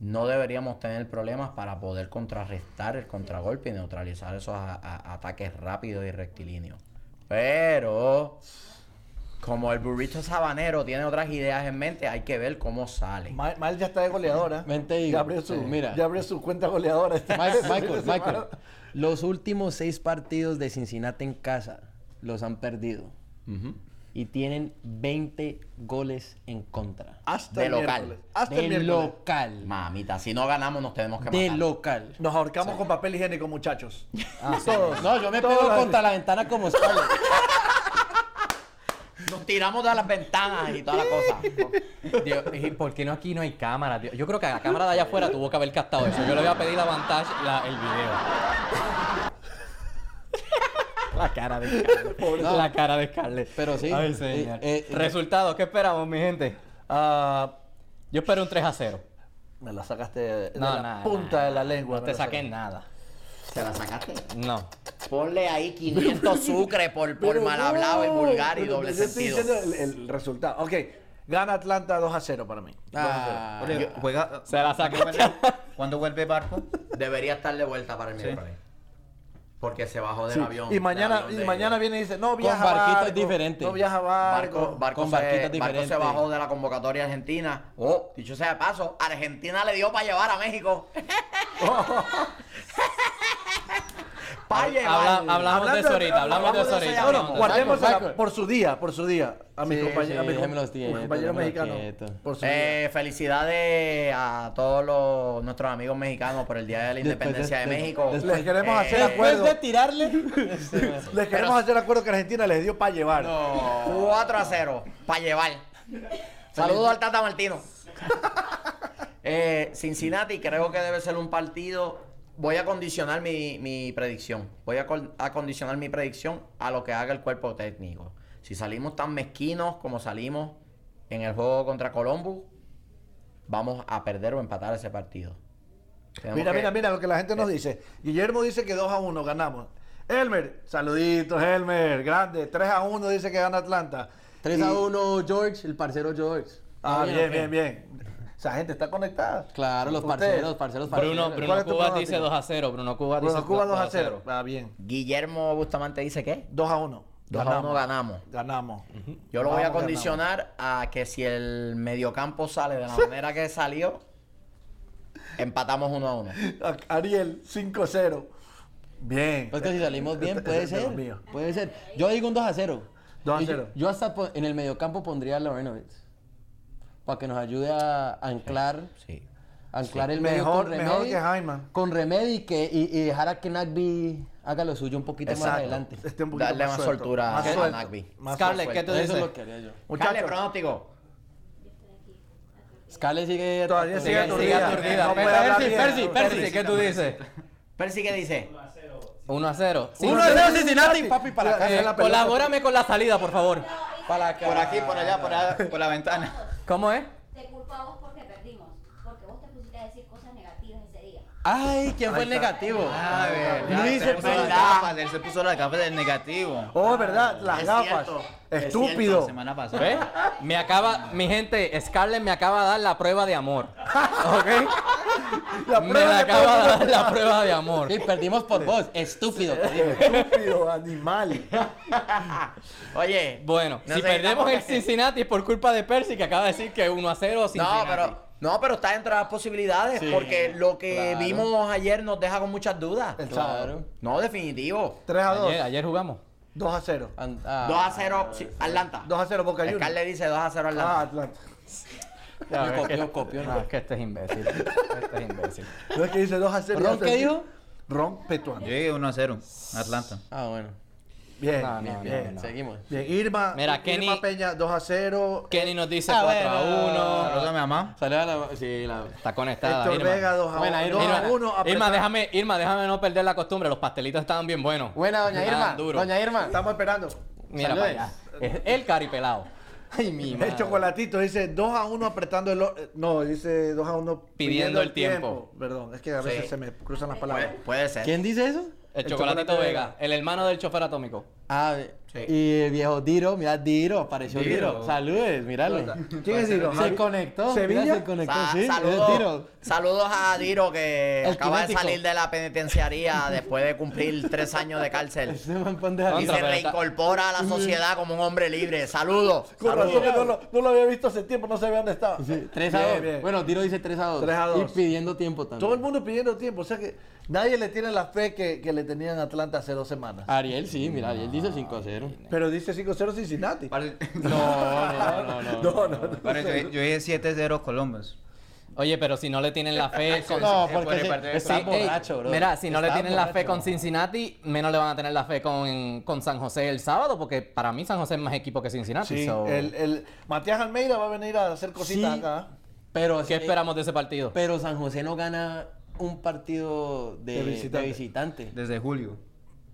No deberíamos tener problemas para poder contrarrestar el contragolpe y neutralizar esos a- a- ataques rápidos y rectilíneos. Pero, como el burrito sabanero tiene otras ideas en mente, hay que ver cómo sale. Ma- Mal ya está de goleadora. Mente de ya Igor, abrió su, sí. Mira. ya abrió su cuenta goleadora. este- Mi- este fin de Michael, semana. Michael, los últimos seis partidos de Cincinnati en casa los han perdido. y tienen 20 goles en contra. Hasta De el local. miércoles. Hasta el de miércoles. local. Mamita, si no ganamos nos tenemos que De matar. local. Nos ahorcamos con papel higiénico, muchachos. Todos. No, yo me Todos pego los- contra la ventana como Scarlett. Nos tiramos de las ventanas y toda la cosa. Dios, ¿y ¿Por qué no aquí no hay cámara? Dios? Yo creo que la cámara de allá afuera tuvo que haber captado eso. Yo le voy a pedir la vantage la- el video. La cara de Scarlett. La cara de Scarlett. Pero sí. Ay, señor. Eh, eh, Resultados, ¿qué esperamos, mi gente? Ah, yo espero un 3 a 0. Me la sacaste de No, la nada, punta nada, de la lengua. No me te la saquen sacaste. nada. ¿Te la sacaste? No. Ponle ahí 500 sucre por, por Pero mal hablado y no, vulgar y pero doble yo estoy sentido. diciendo el, el resultado. Ok, gana Atlanta 2 a 0 para mí. ah, Oye, juega, Se la saca. ¿Cuándo vuelve Barco? Debería estar de vuelta para el miércoles. Porque se bajó del Sí, avión. y del mañana, avión y de- mañana viene y dice, no viaja barquitos barco, diferentes. No viaja barco. Barco, barco, con se, barquitos Barco se diferentes. bajó de la convocatoria argentina. Oh, dicho sea de paso, Argentina le dio para llevar a México. para llevar. Habla- hablamos de eso ahorita. Hablamos de eso ahorita. Bueno, hablamos de eso. guardémosela Saco, saco. por su día, por su día. A mis Sí, compañeros, sí, a mis déjenmelos com- quietos, compañeros déjenmelos mexicanos. quietos. Por su día. Eh, felicidades a todos los- nuestros amigos mexicanos por el Día de la Después de- Independencia de, de- México. después- Les queremos Eh, hacer Después acuerdo. de tirarle. Este, man. Les queremos hacer acuerdo que Argentina les dio para llevar. 4 a 0 para llevar. Saludos al Tata Martino. Eh, Cincinnati creo que debe ser un partido. Voy a condicionar mi, mi predicción. Voy a, col- a condicionar mi predicción a lo que haga el cuerpo técnico. Si salimos tan mezquinos como salimos en el juego contra Columbus, vamos a perder o empatar ese partido. Tenemos Mira, que- mira, mira lo que la gente nos dice. Guillermo dice que 2 a 1 ganamos. Elmer, saluditos, Elmer, grande. 3 a 1 dice que gana Atlanta. 3 Y- a 1, George, el parcero George. Ah, bien, ok. bien, bien. Esa gente está conectada. Claro, los Ustedes. parceros, parceros, parceros. Bruno, ¿Cuál Bruno es tu Cubas pronóstico? dice 2 a 0. Bruno Cubas dice Bueno, Cuba 2 a 0. Ah, bien. Guillermo Bustamante dice que 2 a 1. 2 a 1 ganamos. Ganamos. Mm. Yo lo voy a Vamos, condicionar a que si el mediocampo sale de la manera que salió, empatamos uno a uno. ganamos. A- Ariel, 5 a 0. Bien. Pues que si salimos bien, Este- puede este es de ser. los míos. Puede ser. Yo digo un 2 a 0. 2 a Y yo- 0. Yo, hasta po- en el mediocampo pondría a Lorenovitz. Para que nos ayude a anclar. Sí. Anclar el medio Mejor, con mejor Remedy. que Hyman. Con Remedy y que, y, y dejar a que Nagby haga lo suyo un poquito más Exacto. adelante. Esté Este un poquito Darle más suelto. soltura Más a suelto. Nagby. Más Scarlett, ¿qué suelto. tú Eso es dices? lo que haría yo. Dale Muchachos, pronóstico. Scarlett sigue... Todavía sigue aturdida. aturdida. No puede hablar Percy, bien. Percy, Percy, Percy, ¿qué tú dices? Percy, ¿qué dice? 1 a 0. Sí, 1 a 0 Cincinnati. Papi, para acá, Eh, la pelota. colabórame con la salida, por favor. Por aquí, por allá, por, allá, por la ventana. ¿Cómo es? Te culpo a vos porque perdimos. Porque vos te pusiste a decir cosas negativas ese día. Ay, ¿quién fue el negativo? Ah, verdad. Luis, se es puso las verdad. gafas, él se puso las gafas del negativo. Oh, es verdad, las Es gafas. cierto, es Estúpido. La semana pasada. ¿Ves? Me acaba, mi gente, Scarlett me acaba de dar la prueba de amor. ¿Ok? La me prueba la de acaba de todo- dar la prueba de amor. Sí, perdimos por vos. Estúpido. te digo. Estúpido, animal. Oye, Bueno, no si sé, perdemos tampoco- el Cincinnati es por culpa de Percy que acaba de decir que 1 a 0 No, Cincinnati. pero, no, pero está entre las posibilidades Sí, porque lo que claro. vimos ayer nos deja con muchas dudas. El sábado. Claro. No, definitivo. 3 a 2. Ayer, ayer jugamos. 2 a 0. And- ah. 2 a 0 sí, Atlanta. 2 a 0 Boca Juniors. Scarlett dice 2 a 0 Ah, Atlanta. Atlanta. Ya, Me ves que- copió, copió, No, no. es que este es imbécil. Este es imbécil. No es que dice 2 a 0. ¿Ron qué dijo? Ron Petuano. Yo llegué 1 a 0, Atlanta. Ah, bueno. Bien, No, no, bien, no, bien. no. Seguimos. Bien, Irma, Mira, Irma Kenny- Peña 2 a 0. Kenny nos dice Ah, 4 a bueno. 1. Saludos a mi mamá. Salió la... Sí, la... Está conectada. Héctor Irma. Vega 2 a 1. Buena, Irma. Irma, 1 Irma, déjame, Irma, déjame no perder la costumbre. Los pastelitos estaban bien buenos. Buena, doña Estaban Irma. duros. Doña Irma. Estamos esperando. Mira Saludes. para allá. Es el caripelado. Ay, mi El chocolatito dice 2 a 1 apretando el... o- eh, No, dice 2 a 1 pidiendo, el tiempo. Perdón, es que a veces Sí. se me cruzan las Puede, palabras. puede ser. ¿Quién dice eso? El, El chocolatito Chocolatito Vega, Vega. el hermano del chofer atómico. Ah, ve- Sí. y el viejo Diro, mira Diro, apareció Diro. Diro. Saludes, míralo. ¿Quién es Diro? Se Javi- conectó. ¿Sevilla? mira, Se conectó, Sa- sí. saludos, es Diro. saludos a Diro que El acaba kinético. de salir de la penitenciaría después de cumplir tres años de cárcel. Ese man pon de Y jalito. se Contra, pero está- reincorpora a Mm. la sociedad como un hombre libre. Saludos. Con razón que no lo, no lo había visto hace tiempo, no sabía dónde estaba. Sí, 3 a Bien, 2. bien. Bueno, Diro dice 3 a 2. 3 a 2. Y pidiendo tiempo también. Todo el mundo pidiendo tiempo, o sea que nadie le tiene la fe que, que le tenían a Atlanta hace dos semanas. Ah. Ariel, sí, mira, Ariel Dice 5 a 0. Pero dice 5-0 Cincinnati. Parce- No, no, no, no. no. No, no, no. parce, yo, yo dije 7-0 Columbus. Oye, pero si no le tienen la fe con No, Eh, por porque el se- partido de está Sí, ey, borracho, bro. Mira, si no le Está tienen la fe borracho. con Cincinnati, menos le van a tener la fe con, con San José el sábado, porque para mí San José es más equipo que Cincinnati. Sí, so- el, el Matías Almeida va a venir a hacer cositas Sí. acá. Pero, ¿Qué esperamos de ese partido? pero San José no gana un partido de, De de visitante. visitante. Desde julio.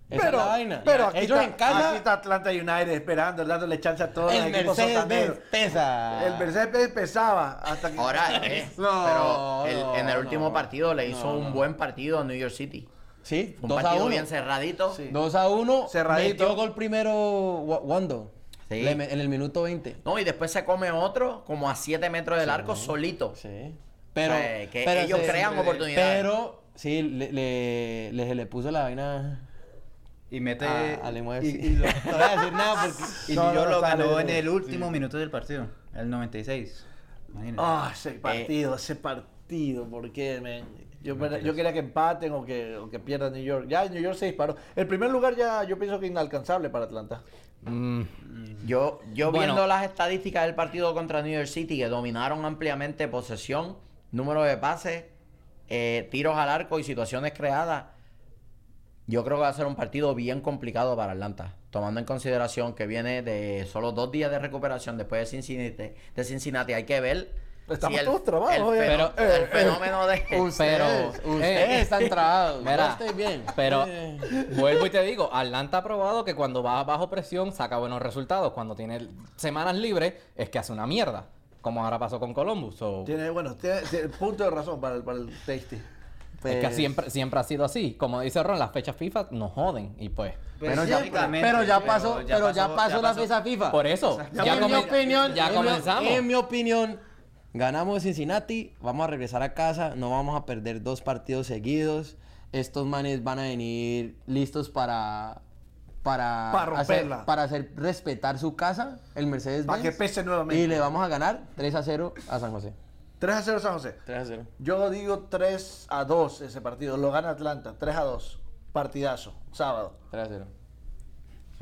Esa es la vaina. pero aquí, Ellos está, en casa, aquí está Atlanta United esperando, dándole chance a todos los el equipos Mercedes sotaneros. pesa. El Mercedes Pérez pesaba hasta que... Ahora, eh, No, pero el- no, en el último no. partido le hizo No, un no. buen partido a New York City. Sí, Fue un 2 a partido 1. bien cerradito. Sí. 2 a 1. Cerradito. Metió gol primero Wa- Wando. Sí. Le me- en el minuto 20. No, y después se come otro como a 7 metros del arco solito. Sí. Pero, O sea, que pero ellos se- crean oportunidades. Pero, sí, le, le, le, le puso la vaina Y mete. a, a Lemuel. y, y no lo- voy a decir nada porque... y No, yo no, lo sale, ganó en güey. el último minuto del partido, el 96. Imagínate. Ah, ese Eh, partido, ese partido, ¿por qué, man? Yo, me- yo quería que empaten o que, o que pierda New York. Ya, New York se disparó. El primer lugar ya yo pienso que inalcanzable para Atlanta. Mm, Yo, yo Bueno. viendo las estadísticas del partido contra New York City, que dominaron ampliamente posesión, número de pases, eh, tiros al arco y situaciones creadas, yo creo que va a ser un partido bien complicado para Atlanta. Tomando en consideración que viene de solo dos días de recuperación después de Cincinnati, de Cincinnati hay que ver. Estamos el- todos trabados, el, oye. fenó- Pero, el eh, fenómeno de. pero Ustedes eh, están trabados. Mira, Yo estoy bien. Pero Eh. vuelvo y te digo, Atlanta ha probado que cuando va bajo presión saca buenos resultados. Cuando tiene semanas libres es que hace una mierda, como ahora pasó con Columbus. so- Tiene, bueno, tiene, tiene punto de razón para el, para el tasty. Es que Pues- siempre, siempre ha sido así. Como dice Ron, las fechas FIFA nos joden y pues... Pues pero, ya, básicamente, pero ya pasó, pero ya pasó- pasó ya la pasó. mesa FIFA. Por eso, Ya, ya, en comen- mi opinión, ya en mi- comenzamos. En mi opinión, ganamos Cincinnati, vamos a regresar a casa, no vamos a perder dos partidos seguidos. Estos manes van a venir listos para para Para hacer, romperla. para hacer respetar su casa, el Mercedes Para que Benz, pese nuevamente. Y le vamos a ganar 3 a 0 a San José. 3 a 0 San José. 3 a 0. Yo digo 3 a 2 ese partido. Lo gana Atlanta. 3 a 2. Partidazo. Sábado. 3 a 0.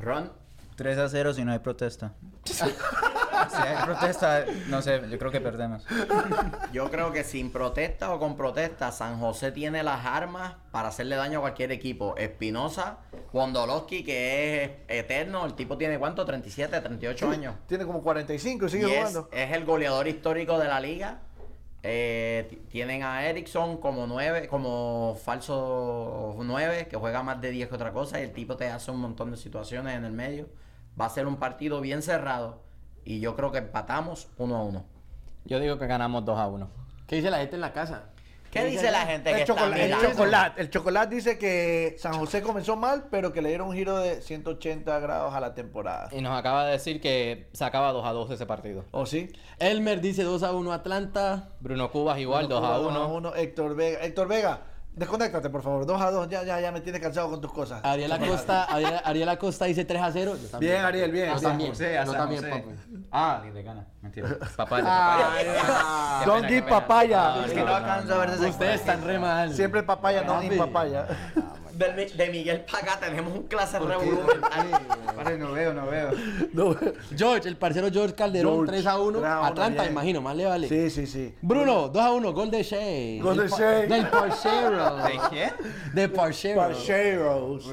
Ron, 3 a 0 si no hay protesta. si hay protesta, no sé, yo creo que perdemos. Yo creo que sin protesta o con protesta, San José tiene las armas para hacerle daño a cualquier equipo. Espinosa, Wondolowski, que es eterno, el tipo tiene cuánto, 37, 38 años. Tiene como 45 y Y sigue es, jugando. es el goleador histórico de la liga. Eh, ti- tienen a Erickson como 9, como falso 9, que juega más de 10 que otra cosa, y el tipo te hace un montón de situaciones en el medio. Va a ser un partido bien cerrado, y yo creo que empatamos uno a uno. Yo digo que ganamos 2 a 1. ¿Qué dice la gente en la casa? ¿Qué dice la gente El, que está chocolate, el mirando? chocolate. El chocolate dice que San José comenzó mal, pero que le dieron un giro de 180 grados a la temporada. Y nos acaba de decir que sacaba 2 a 2 ese partido. ¿O sí? Elmer dice 2 a 1 Atlanta. Bruno Cubas igual, Bueno, 2 a Cuba, 1. Héctor Vega. Héctor Vega, desconéctate, por favor. 2 a 2. Ya, ya, ya me tienes cansado con tus cosas. Ariel Acosta, Ariel, Ariel Acosta dice 3 a 0. Yo también. Bien, Ariel, bien. Yo bien. también. José, a yo San también, José. papi. Ah, y le gana. Mentira. Papá, Ah, Ay, Don't give papaya. Es que no alcanzo a ver ese Ustedes están re mal. Siempre papaya, no Papi. ni papaya. Del Mi- de Miguel para acá tenemos un clase revolumen. Pare, no veo, no veo. No. George, el parcero George Calderón, George, 3 a 1. tres a uno, Atlanta, bien. imagino, más le vale. Sí, sí, sí. Bruno, 2 a 1, gol de Shea. Gol de Del pa- Shea. Del parcero. ¿De quién? De parcero. Parcheros.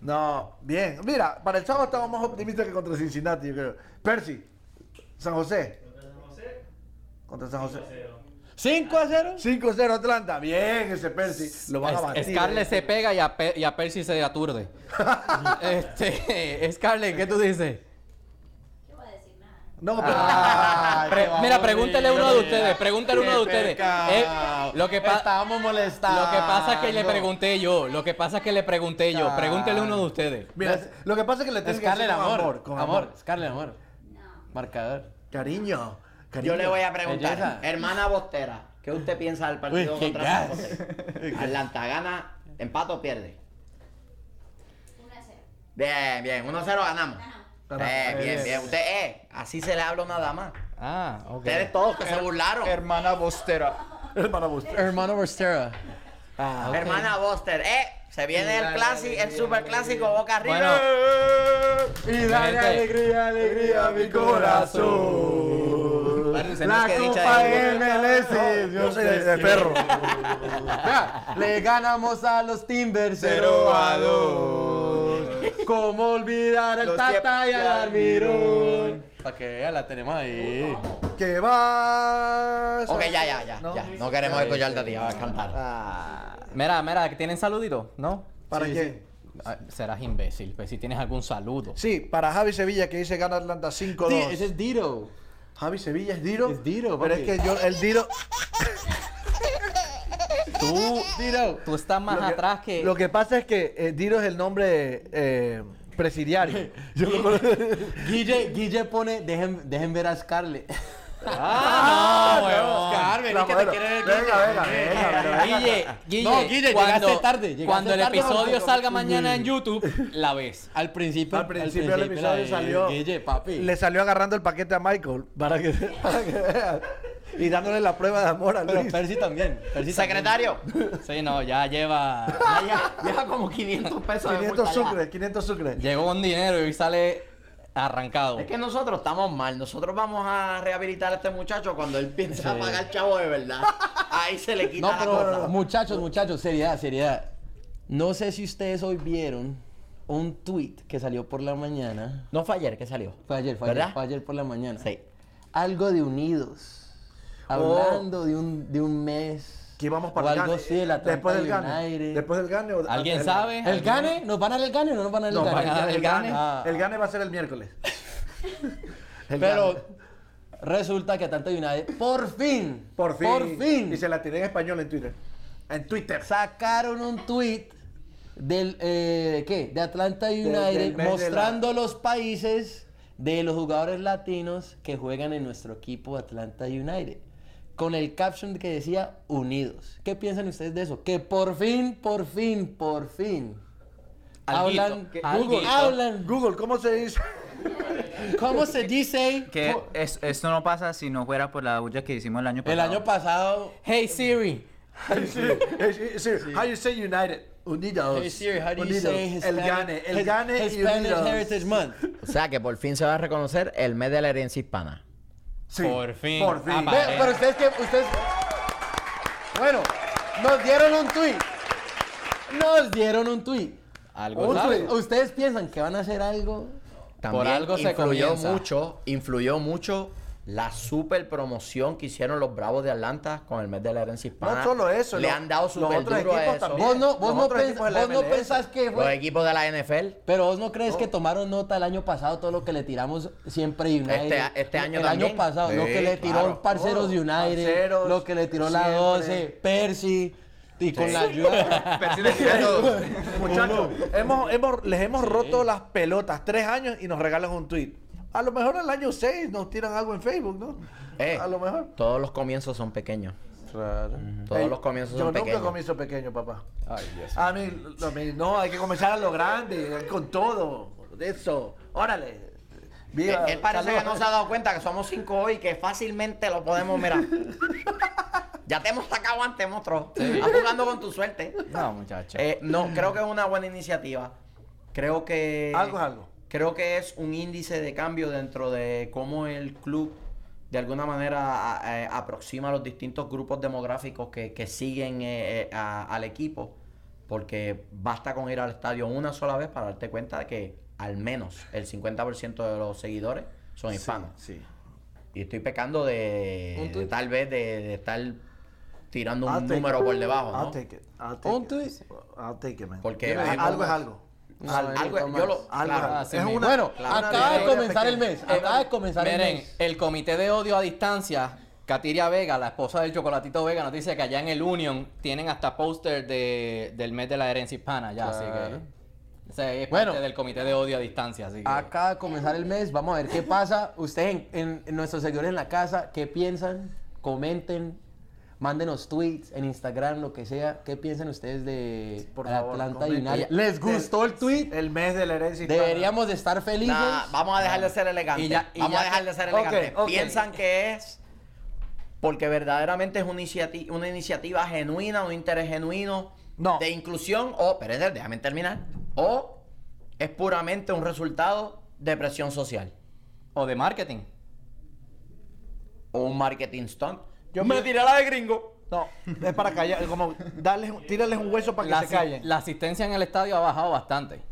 No, bien. Mira, para el sábado estamos más optimistas que contra Cincinnati, yo creo. Percy, San José. Contra San José. 5 a 0. 5-0 Atlanta. Bien ese Percy. Lo van a Es- batir. Scarlett se pega y a, Pe- y a Percy se aturde. este, Scarlett, ¿qué tú dices? Yo voy a decir nada. ¿eh? No, pero... Pre- mira, pregúntele uno de ustedes, pregúntele uno de ustedes. Eh, lo, que pa- Estábamos molestados. lo que pasa es que le pregunté yo, lo que pasa es que le pregunté yo, pregúntele uno de ustedes. Mira, lo que pasa es que le tienes que Scarlett, decir con amor. amor, Amor, con amor. Scarlett, amor. No. Marcador. Cariño, cariño. Yo le voy a preguntar, Belleza. hermana Bostera, ¿qué usted piensa del partido Uy, qué contra San gas. José? Atlanta gana, empate o pierde. 1 a 0. Bien, bien, 1-0 ganamos. Ganamos. Eh, bien, Eh, bien. Usted, eh, así se le habla una dama. Ah, ok. Ustedes todos que se burlaron. Hermana Bostera. Hermana Buster. Hermano Verstera. Hermana Boster, eh, Se viene el clásico, el super clásico boca arriba. Bueno, Y dale alegría, alegría a mi corazón. Parece La que he dicho copa de- MLS. Yo soy de, de perro. Vea, Le ganamos a los Timbers 0 a 2. ¿Cómo olvidar al Los Tata y al Tiep- Almirón? Para que vea, la tenemos ahí. que vas. Ok, ya, ya, ya. No. ya. no queremos escucharte a ti, vas a cantar. Ah. mira, mira, ¿tienen saluditos? ¿No? ¿Para Sí, quién? sí. Ah, Serás imbécil, pues si tienes algún saludo. Sí, para Javi Sevilla que dice gana Atlanta 5-2. Sí, ese es Diro. Javi Sevilla es Diro. Es Diro, Pero es papi. que yo, el Diro. Tú, tú estás más lo que- atrás que... Lo que pasa es que eh, Diro es el nombre eh, presidiario. Yo lo Guille, Guille pone, dejen, dejen ver a Scarlett. Ah, no, huevón. La modelo. Venga, venga, venga, venga. Guille, Guille, No, Guille, cuando, llegaste tarde, llegaste cuando el tarde, episodio no, salga mañana Mm. en YouTube, la ves. Al principio, Al principio del la episodio de salió- Guille, papi. Le salió agarrando el paquete a Michael para que, para que vea. Y dándole la prueba de amor a Pero Luis. Percy también. Percy Secretario, Sí, no, ya lleva. ya, ya como 500 pesos 500 sucres, 500 sucres. Llegó con dinero y sale arrancado. Es que nosotros estamos mal. Nosotros vamos a rehabilitar a este muchacho cuando él piensa pagar chavo de verdad. Ahí se le quita No, pero la cosa. muchachos, muchachos, seriedad, seriedad. No sé si ustedes hoy vieron un tweet que salió por la mañana. No fue ayer que salió. Fue ayer, fue ayer, ¿Verdad? fue ayer por la mañana. Sí. Algo de unidos. Hablando de, un, de un mes. Oh. Que vamos para o el algo Gane. así, el Atlanta Después del United. Gane. Después del Gane. o- ¿Alguien el- sabe? ¿El Gane? ¿Nos van a dar el Gane o no nos van a dar el No, Gane? para el, ¿El el Gane. Ah. El Gane va a ser el miércoles. El Gane. Pero resulta que Atlanta United, por fin, Por fin. por fin, Y se la tiré en español en Twitter. En Twitter. sacaron un tweet del eh, ¿qué? de Atlanta del United mes de la- mostrando los países de los jugadores latinos que juegan en nuestro equipo Atlanta United con el caption que decía unidos. ¿Qué piensan ustedes de eso? Que por fin, por fin, por fin Alguito, hablan que- Google, alguito. hablan Google, ¿cómo se dice? ¿Cómo se dice? Que es- esto no pasa si no fuera por la bulla que hicimos el año El pasado. año pasado Hey Siri, Sí, sí, sí. How you say United? Unidos. Hey Siri, how do you Unidos. say El Hispanic- Gane. El His- Gane y Hispanic Unidos. Heritage Month. O sea que por fin se va a reconocer el mes de la herencia hispana. Sí, Por fin. Por fin. Ah, Ve, Vale. pero ustedes que ustedes Bueno, nos dieron un tweet. Nos dieron un tweet. algo Un sabe. tweet. ¿Ustedes piensan que van a hacer algo? También Por algo se influyó comienza. mucho, influyó mucho la super promoción que hicieron los Bravos de Atlanta con el mes de la herencia hispana. No solo eso, le los- han dado los super otros duro a equipos eso. también. Vos no, vos Los no, otros pens- equipos de la vos no MLS. pensás que Los fue- equipos de la NFL. Pero vos no crees que tomaron nota el año pasado todo lo que le tiramos siempre United. Este- este año El también. año pasado, lo Sí, que le tiró claro. Parceros de Todo. United, Parceros, lo que le tiró la siempre. 12, Percy, y con la ayuda. Pero sí le tiré a todos. Muchachos, hemos, hemos- les hemos roto las pelotas tres años y nos regalan un tweet. A lo mejor al año seis nos tiran algo en Facebook, ¿no? Eh, a lo mejor. Todos los comienzos son pequeños. Todos Ey, los comienzos Yo son nunca pequeños. comienzo pequeño, papá. A mí, a mí, no, hay que comenzar a lo grande, con todo. Eso, órale. Él, Viva. él Eh, parece Saludos. que no se ha dado cuenta que somos cinco hoy y que fácilmente lo podemos mirar. ya te hemos sacado antes, monstruo. Estás jugando con tu suerte. No, muchacho. Eh, no, creo que es una buena iniciativa. Creo que. Algo es algo. Creo que es un índice de cambio dentro de cómo el club de alguna manera a- eh, aproxima a los distintos grupos demográficos que, que siguen eh, eh, a- al equipo. Porque basta con ir al estadio una sola vez para darte cuenta de que al menos el 50% de los seguidores son hispanos. Sí. Y estoy pecando de, de tal vez de, de estar tirando un I'll take número it. por debajo. ¿no? I'll take it. I'll take Un it. tweet. I'll take it, man. Porque Ah, vemos algo es más. algo. Al- No, algo- no, yo Tomás. lo- Algo es claro. algo. así es mismo. una, Bueno, claro, acaba de historia comenzar el pequeña. mes. Acaba de comenzar el eh, Miren, mes. el comité de odio a distancia, Katiria Vega, la esposa del Chocolatito Vega, nos dice que allá en el Union tienen hasta póster de, del mes de la herencia hispana, ya, así Claro. que... Ese es Bueno. parte del comité de odio a distancia, así que... Ah, Acaba de comenzar el mes, vamos a ver qué pasa. Ustedes, en, en- en nuestros seguidores en la casa, ¿qué piensan? Comenten, mándenos tweets en Instagram, lo que sea. ¿Qué piensan ustedes de Por la favor, Atlanta comenten. United? ¿Les gustó el tweet? El mes de la herencia hispana. Deberíamos de estar felices. Nah, vamos a dejar de ser elegantes. Y ya- y vamos ya a dejar de ser elegantes. Ok, ok. Piensan que es porque verdaderamente es una iniciati- una iniciativa, genuina, un interés genuino No. de inclusión o, espérate, déjame terminar, o es puramente un resultado de presión social O de marketing. o un marketing stunt. Yo me tiré la de gringo. No, es para callar, como darles, tírales un hueso para que La, se asi- callen. la asistencia en el estadio ha bajado bastante.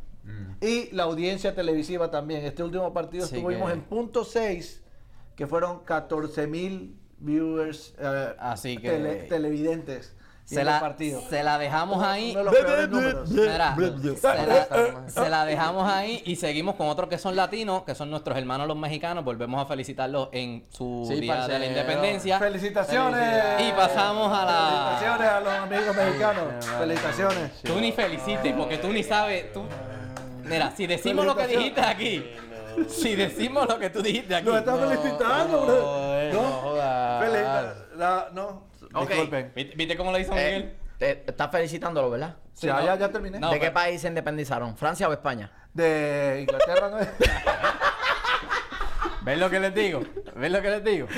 Y la audiencia televisiva también. Este último partido Sí estuvimos que- en punto 6, que fueron 14 mil viewers eh, Así que- tele- televidentes Se en el la, partido. se la dejamos ahí. Uno de los peores números. Mira, se, la, se la dejamos ahí y seguimos con otros que son latinos, que son nuestros hermanos los mexicanos. Volvemos a felicitarlos en su Sí, día de parcero. la independencia. Felicitaciones. Y pasamos a la- Felicitaciones a los amigos mexicanos. Felicitaciones. Tú ni felicites, porque tú ni sabes. Tú... Mira, si decimos lo que dijiste aquí, si decimos lo que tú dijiste aquí. Nos están felicitando, bro. eh, no jodas. Felicita- la- no. Ok. Disculpen. ¿Viste, viste cómo lo hizo Miguel? Eh, te- estás felicitándolo, ¿verdad? Sí, ya, no. ya- ya terminé. No, ¿De qué pero- país se independizaron? ¿Francia o España? De Inglaterra no es. ¿Ves lo que les digo? ¿Ves lo que les digo?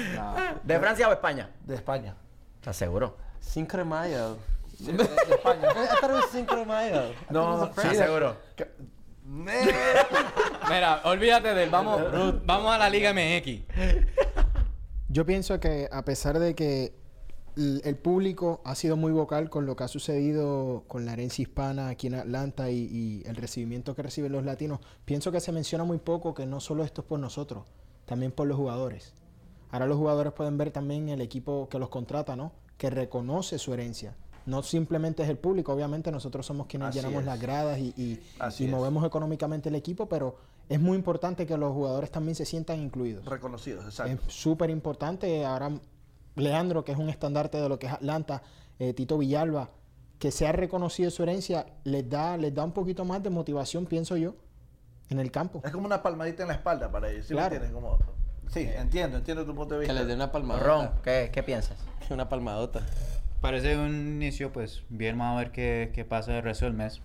¿De Francia o España? De España. ¿Estás seguro? Cinco de mayo. De, de España. I thought it was Cinco de mayo. No, ¿Estás sí, seguro? Mira, olvídate de él. Vamos, vamos a la Liga MX. Yo pienso que a pesar de que l- el público ha sido muy vocal con lo que ha sucedido con la herencia hispana aquí en Atlanta y, y el recibimiento que reciben los latinos, pienso que se menciona muy poco que no solo esto es por nosotros, también por los jugadores. Ahora los jugadores pueden ver también el equipo que los contrata, ¿no? Que reconoce su herencia. No simplemente es el público, obviamente nosotros somos quienes Así llenamos es. las gradas y, y- Así y es. movemos económicamente el equipo, pero es muy importante que los jugadores también se sientan incluidos. Reconocidos, Es exacto. súper importante. Ahora, Leandro, que es un estandarte de lo que es Atlanta, eh, Tito Villalba, que se ha reconocido su herencia, les da, les da un poquito más de motivación, pienso yo, en el campo. Es como una palmadita en la espalda para ellos. ¿Sí me Claro. entiendes? Como... Sí, Eh. entiendo, entiendo tu punto de vista. Que les dé una palmadota. Ron, ¿qué, qué piensas? Una palmadota. Parece un inicio, pues, bien, vamos a ver qué, qué pasa el resto del mes.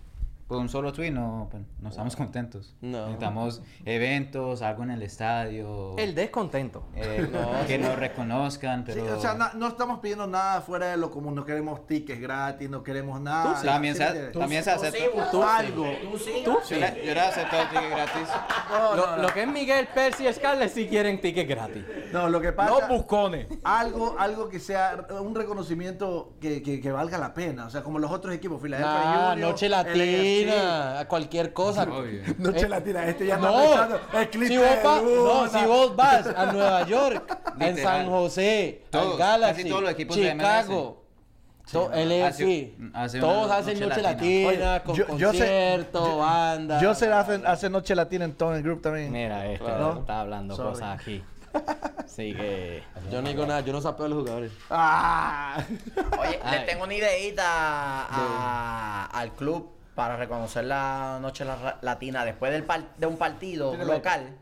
Por un solo tweet no, pues, no estamos contentos. No. Necesitamos eventos, algo en el estadio. El descontento. eh, que nos reconozcan, Sí, pero... o sea, na- no estamos pidiendo nada fuera de lo común. No queremos tickets gratis, no queremos nada. ¿Sí También me se, entiendes? también se acepta. algo. Yo le- yo le acepto el ticket gratis. No, Lo, no, lo no. que es Miguel, Percy y Scarlett sí quieren tickets gratis. No, lo que pasa... buscones. algo, algo que sea un reconocimiento que, que- que valga la pena. O sea, como los otros equipos, Philadelphia Ah, Union, noche LAFC. latina. A cualquier cosa. Noche latina, este ya está No, pensando, eclipse si de vos, va- no, luna. si vos vas a Nueva York, en Literal. San José, al Todos, Galaxy, casi todos los equipos de MLS. Chicago, to- LFC, Hace- hace una todos hacen noche noche latina. latina, Oye, con yo- yo sé- concierto, yo- banda. Yo se hace, hace noche latina en todo el group también. Mira, este Claro. está hablando Sorry. cosas aquí. Así que. Yo no digo nada, yo no sapeo a los jugadores. Ah. Oye, le Ay. tengo una ideita a- al club para reconocer la noche la- latina. Después del par- de un partido local,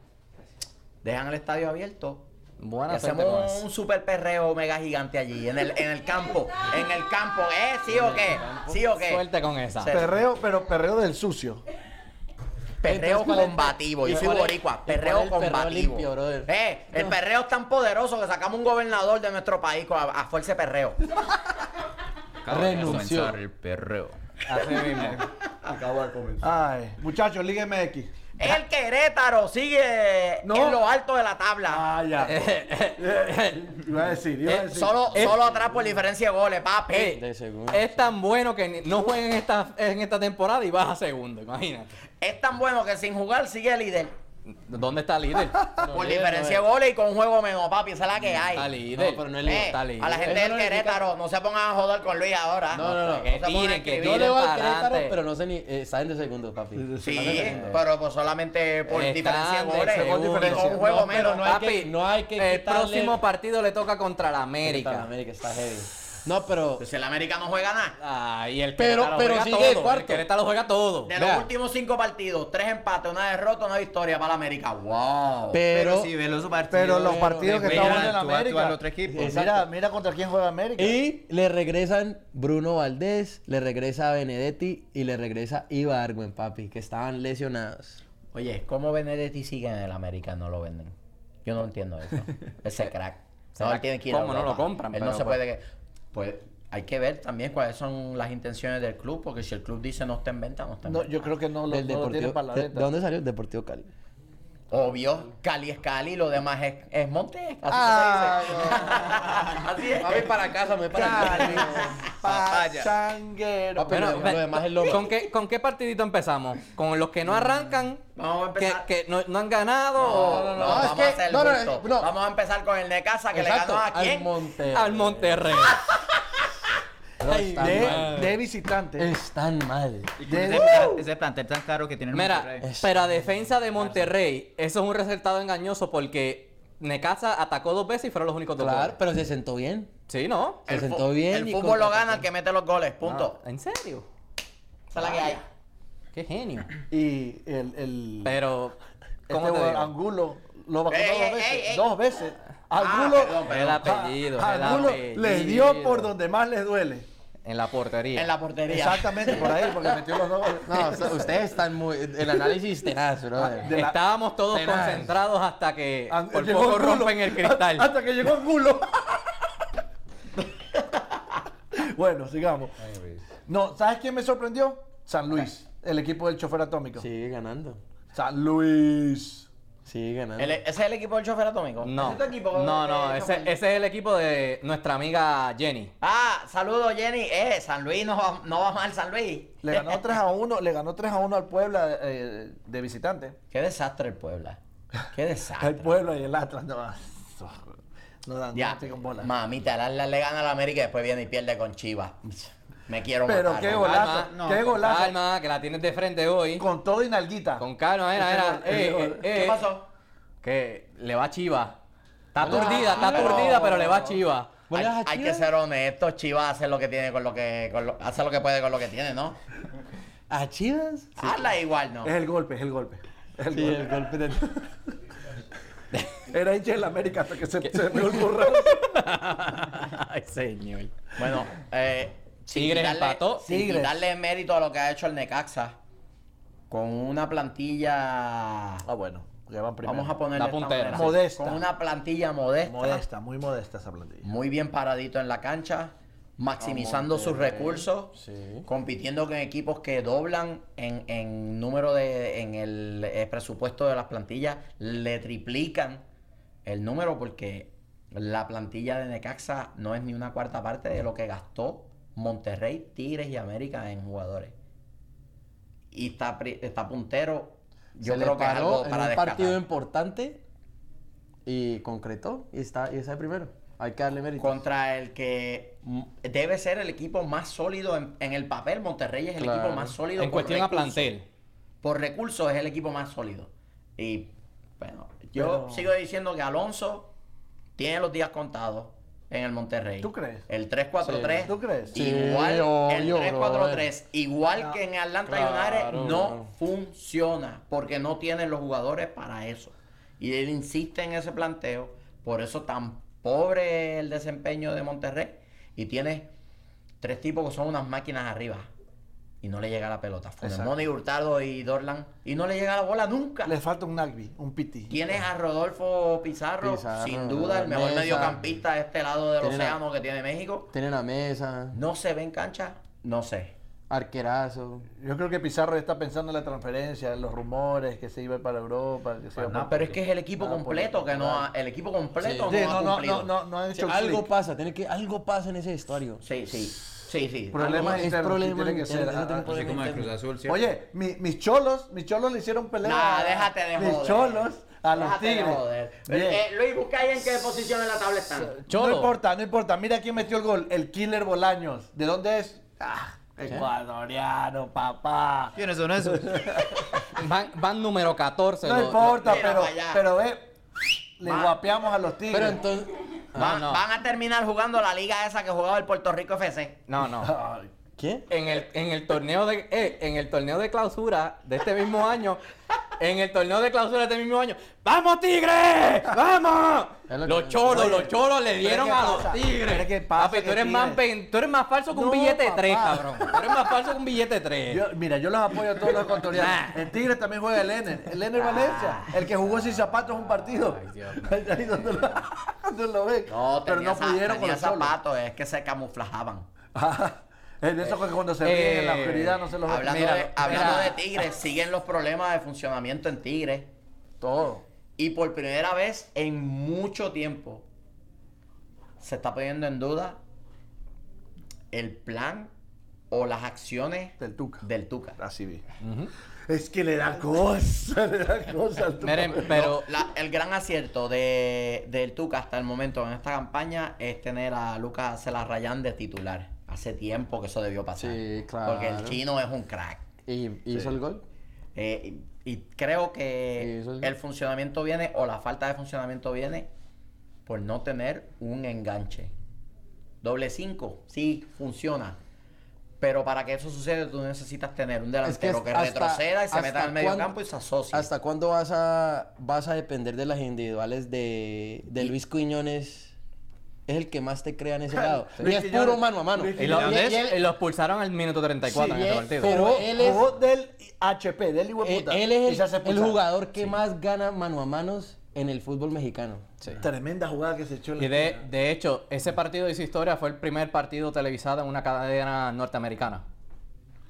dejan el estadio abierto. Buena Y suerte con hacemos eso. un super perreo mega gigante allí, en el, en el campo. En el campo, ¿eh? ¿Sí o qué? ¿Sí o qué? Suerte con esa. Sí. Perreo, pero perreo del sucio. Perreo Entonces, ¿cuál es el- combativo, yo y soy cuál es- y boricua, cuál es el perreo perreo combativo. limpio, brother? eh, el perreo es tan poderoso que sacamos un gobernador de nuestro país co- a, a fuerza de perreo. Acabo de Renunció. comenzar el perreo. Así mismo. Ay, muchachos, Liga MX. El Querétaro sigue No. en lo alto de la tabla. Ah, ya. iba a decir, iba a Eh, decir. solo, solo atrás por diferencia de goles, papi. Eh, De seguro. Es tan bueno que ni- no juega en esta, en esta temporada y baja segundo, imagínate. Es tan bueno que sin jugar sigue líder. ¿Dónde está el líder? por diferencia de goles y con un juego menos, papi. Esa es la que Mm, hay. Está líder. No, pero no es Eh, líder, está líder. A la gente Eso del no lo Querétaro, no se pongan a joder con Luis ahora. No, no, no. se Que pongan a tiren, que escribir. Yo le voy para al Querétaro, adelante. pero no sé ni... eh, saben de segundo, papi. Sí, Saben de segundo. pero pues solamente por Están diferencia de de goles. segundo. Y con un juego No, pero menos. no hay que- Papi, no hay que El quitarle- próximo partido le toca contra el América. América está heavy. No, pero... Pues el América no juega nada. Ah, y el Pero- Querétaro pero juega sigue todo. de cuarto. El Querétaro juega todo. De Vea. los últimos cinco partidos, tres empates, una derrota, una victoria para el América. ¡Wow! Pero... si ve los partidos... Pero los Pero partidos que le estaban juegan en tú a tú América. al otro equipo. Mira, mira contra quién juega América. Y le regresan Bruno Valdés, le regresa Benedetti y le regresa Ibargüen, papi, que estaban lesionados. Oye, ¿cómo Benedetti sigue en el América? No lo venden. Yo no entiendo eso. Ese crack. No, él tiene que ir a ¿Cómo no lo Europa. compran? Él no Pero, se pues- puede que. Puede, hay que ver también cuáles son las intenciones del club, porque si el club dice no está en venta, no está en No, venta. yo creo que no lo, Del no lo tiene Deportivo- para la ¿De, venta. de dónde salió? Deportivo Cali. Obvio, Cali es Cali, lo demás es, es Monte. Así que se Ah, dice. Así es. A ver, para casa, me para Pachanguero. Papi, lo- lo demás es loco. ¿Con qué, ¿Con qué partidito empezamos? ¿Con los que no arrancan? Vamos a empezar. ¿Que, que no, no han ganado? No, o- no, no, no, es vamos que- a hacer el no, no, bulto. no. Vamos a empezar con el Necaxa que Exacto, le ganó a al quién. Monterrey. Al Monterrey. No, Ay, está de, mal. de visitante. Es tan mal. Ese, De- pla- ese plantel tan caro que tiene el Mira, Monterrey. pero a defensa de Monterrey, eso es un resultado engañoso porque Necaxa atacó dos veces y fueron los únicos dos Claro, goles. pero se sentó bien. Sí, ¿no? Se El sentó fu- bien. El y fútbol lo contraatacó. gana el que mete los goles, punto. Ah, ¿En serio? Esa es la que hay. Qué genio. Y el. el Pero, este ¿cómo te jugador, digo? Angulo lo vacunó Ey, dos ey, veces. ey, ey. Dos veces. Ah, Angulo. perdón, El apellido, A- el Angulo apellido. les dio por donde más les duele. En la portería. En la portería. Exactamente, por ahí, porque metió los dos goles. No, o sea, ustedes están muy. El análisis tenaz, bro. Ah, de la- Estábamos todos Tenaz. concentrados hasta que An- por Ah, llegó Ah, poco Angulo. rompen el cristal. Hasta que llegó Angulo. bueno, sigamos. No, ¿sabes quién me sorprendió? San Luis, el equipo del chofer atómico. Sigue ganando. San Luis. Sigue ganando. El- ¿Ese es el equipo del chofer atómico? ¿Ese No, es tu equipo, no, no, eh, ese, chofer? ese es el equipo de nuestra amiga Jenny. Ah, saludos Jenny. Eh, San Luis no va, no va mal, San Luis. Le ganó 3 a 1, le ganó 3 a 1 al Puebla eh, de visitante. Qué desastre el Puebla. Qué Ah, El desastre. Puebla y el Atlas no. No dan ya. no tienen bola. Mamita, el Atlas le gana al América y después viene y pierde con Chivas. Me quiero Pero matar. qué ¿no? golazo, Calma, qué golazo. Calma, que la tienes de frente hoy. Con, Con todo y nalguita. calma, era, era. Ese eh, gol- eh, eh, ¿Qué pasó? Que le va Chiva. Está aturdida, está aturdida, pero le va Chiva. Hay, ¿Vuelves a hay que Chivas? ser honestos, Chivas hace lo que tiene con lo que con lo- hace lo que puede con lo que tiene, ¿no? ¿A Chivas? Hazla igual, Eh, ¿no? Es el golpe, es el golpe. Es el Sí, golpe. el golpe de. Era hincha del América Eh, hasta que se, se me ocurrió. Ay, señor. Bueno, eh, sin Tigres quitarle- empató. sin Tigres. quitarle mérito a lo que ha hecho el Necaxa con una plantilla Ah, bueno, ya van primero. Vamos a ponerle Oh, La puntera. esta manera. Modesta. Con una plantilla modesta, Modesta, muy modesta esa plantilla. Muy bien paradito en la cancha. Maximizando sus recursos. Sí. Compitiendo con equipos que doblan en, en número de. en el eh, presupuesto de las plantillas. Le triplican el número porque la plantilla de Necaxa no es ni una cuarta parte de lo que gastó Monterrey, Tigres y América en jugadores. Y está, pri- está puntero. Yo se creo le que es paró algo en para un descartar. partido importante y concretó y está y está de primero. Hay que darle mérito. contra el que m- debe ser el equipo más sólido en, en el papel. Monterrey es el Claro. equipo más sólido. En por cuestión a recursos. plantel. Por recursos es el equipo más sólido. Y bueno, yo Pero- sigo diciendo que Alonso tiene los días contados en el Monterrey. ¿Tú crees? El 3-4-3. Sí. ¿Tú crees? Sí, Igual, obvio, el 3-4-3, igual que en Atlanta Claro, United, bro. no funciona porque no tienen los jugadores para eso. Y él insiste en ese planteo, por eso tan pobre el desempeño de Monterrey. Y tiene tres tipos que son unas máquinas arriba. Y no le llega la pelota. Exacto. Moni, Hurtado y Dorlan. Y no le llega la bola nunca. Le Eh. falta un Nagby, un piti. Tienes a Rodolfo Pizarro, Pizarro, sin duda el mejor Mesa. mediocampista de este lado del Tienen a- océano que tiene México. Tienen a Mesa, No se ve en cancha, no sé. arquerazo. Yo creo que Pizarro está pensando en la transferencia, en los rumores que se iba para Europa, que se iba Para para- Pero es que es el equipo Napoli, completo que no ha, Portugal. el equipo completo Sí, no, no, ha no, cumplido. no, no, no han Sí, hecho algo clic. pasa, tiene que algo pasa en ese vestuario. Sí, sí, sí, sí. Problemas es internos, sí, problema tiene que interno, ser. no tengo Ah, Así problema como de interno. Cruz Azul, ¿cierto? Oye, mi- mis cholos, mis cholos le hicieron pelea. Nah, a- déjate de Mis joder. cholos a los Déjate de tigres. joder. Bien. Eh, eh, Luis, busca ahí en qué posición en la tabla están. No Cholo. importa, no importa. Mira quién metió el gol. El killer Bolaños. ¿De dónde es? Ah, ecuatoriano, papá. ¿Quiénes son esos? Van, van número 14. No lo- importa, mira pero, pa' allá. pero ve, le Va. guapeamos a los tigres. Pero entonces Van, no. van a terminar jugando la liga esa que jugaba el Puerto Rico FC. No, no. Ay, ¿Qué? En el, en el torneo de eh, en el torneo de clausura de este mismo año, en el torneo de clausura de este mismo año, ¡Vamos Tigres! ¡Vamos! Es lo que- Los cholos, Oye, los cholos le pero dieron ¿qué a pasa? los Tigres. Pero ¿qué pasa Papi, tú que eres, más, Tigres? pen- tú eres más falso que un No, billete de tres, papá. cabrón. Tú eres más falso que un billete de tres. yo- mira, yo los apoyo a todos los ecuatorianos. El Tigre también juega el Ener. El Ener Valencia. El que jugó sin zapatos un partido. Ahí donde lo, donde lo ven. No, pero tenía no za- pudieron con tenía los cholos. zapatos, es que se camuflajaban. Ah, es de eso que cuando se ríen en la eh, oscuridad no se los ve. Hablando, Mira, de, hablando mira. de Tigres, siguen los problemas de funcionamiento en Tigres. Todo. Y por primera vez en mucho tiempo se está poniendo en duda el plan o las acciones Del Tuca. del Tuca. Así vi. Es que le da cosa, le da cosa al Tuca. Miren, pero La- el gran acierto de, del Tuca hasta el momento en esta campaña es tener a Lucas Celarrayán de titular. Hace tiempo que eso debió pasar. Sí, claro. Porque el chino es un crack. ¿Y hizo el gol? Eh, y, y creo Sí, que eso sí. el funcionamiento viene, o la falta de funcionamiento viene, por no tener un enganche. Doble 5, sí, funciona. Pero para que eso suceda, tú necesitas tener un delantero que, hasta- retroceda y se hasta meta al medio cuándo- campo y se asocie. ¿Hasta cuándo vas a, vas a depender de las individuales de, de Luis Quiñones? Es el que más te crea en ese lado. y Luis es Quiñones- puro mano a mano. Luis y Y eh, lo- él- y y él- y los pulsaron al minuto 34 Sí, en y este él- partido. pero Jugó- él es- jugó del HP, del hijo de Eh, puta, él y es se hace el, el expulsar. jugador que más gana mano a manos en el fútbol mexicano. Tremenda jugada que se echó. en la Y de, esquina. de hecho, ese partido de su historia fue el primer partido televisado en una cadena norteamericana.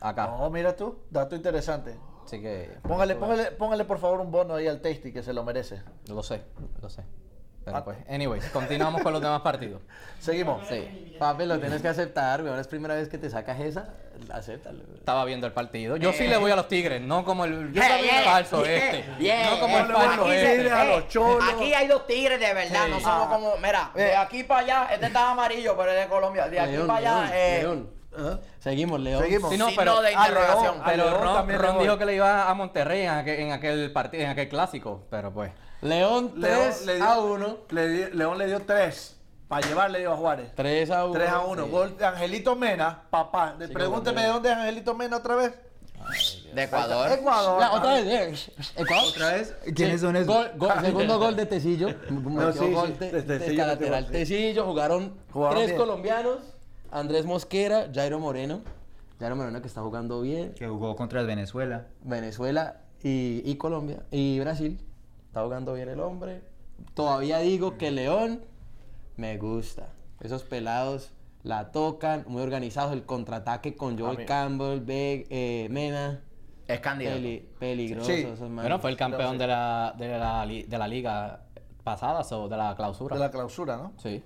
Acá. No, mira tú, dato interesante. Así que. Póngale, póngale, póngale por favor un bono ahí al Tasty que se lo merece. Lo sé, lo sé. Ah. Pero pues, anyways, continuamos con los demás partidos. Seguimos. Sí. Papi, lo tienes que aceptar, güey. Ahora es primera vez que te sacas esa. Acéptalo. Eh. Estaba viendo el partido. Yo sí le voy a los Tigres, no como el Yeah, yeah, falso yeah, eh, este. yeah. no como el Ponle falso unos este. tigres a los cholos. Aquí hay dos tigres de verdad, no somos como, mira, de aquí para allá, este está amarillo, pero es de Colombia, de aquí León, para allá, León, eh, León. Ajá. Seguimos, León. ¿Ah? Seguimos. Sí, no, Signo pero, de Ah, interrogación. León, A pero León Ron, también Ron le voy. dijo que le iba a Monterrey en aquel, en aquel partido, en aquel clásico, pero pues. León 3 le dio- a 1. le di- León le dio 3 para llevarle dio a Juárez. 3 a 1. 3 a 1. Gol de Angelito Mena, papá. De- Sí, Pregúnteme de como que- dónde es Angelito Mena otra vez. de Ecuador. Ecuador. La, otra vez, eh, Ecuador. ¿Otra vez? ¿Quiénes Sí, son esos? gol- gol- segundo gol de Tecillo. Metió sí, gol sí, de, de de Tecillo, lateral. sí. Tecillo jugaron, Jugaron tres bien. colombianos: Andrés Mosquera, Jairo Moreno. Jairo Moreno que está jugando bien. Que jugó contra Venezuela. Venezuela y, y Colombia y Brasil. Está jugando bien el hombre. Todavía digo que León me gusta. Esos pelados la tocan, muy organizados. El contraataque con Joel Campbell, Be- eh, Mena. Es candidato. Peli- peligroso Sí. esos manes. Bueno, fue el campeón de la, de la, li- de la liga pasada, so, de la clausura. De la clausura, ¿no? Sí.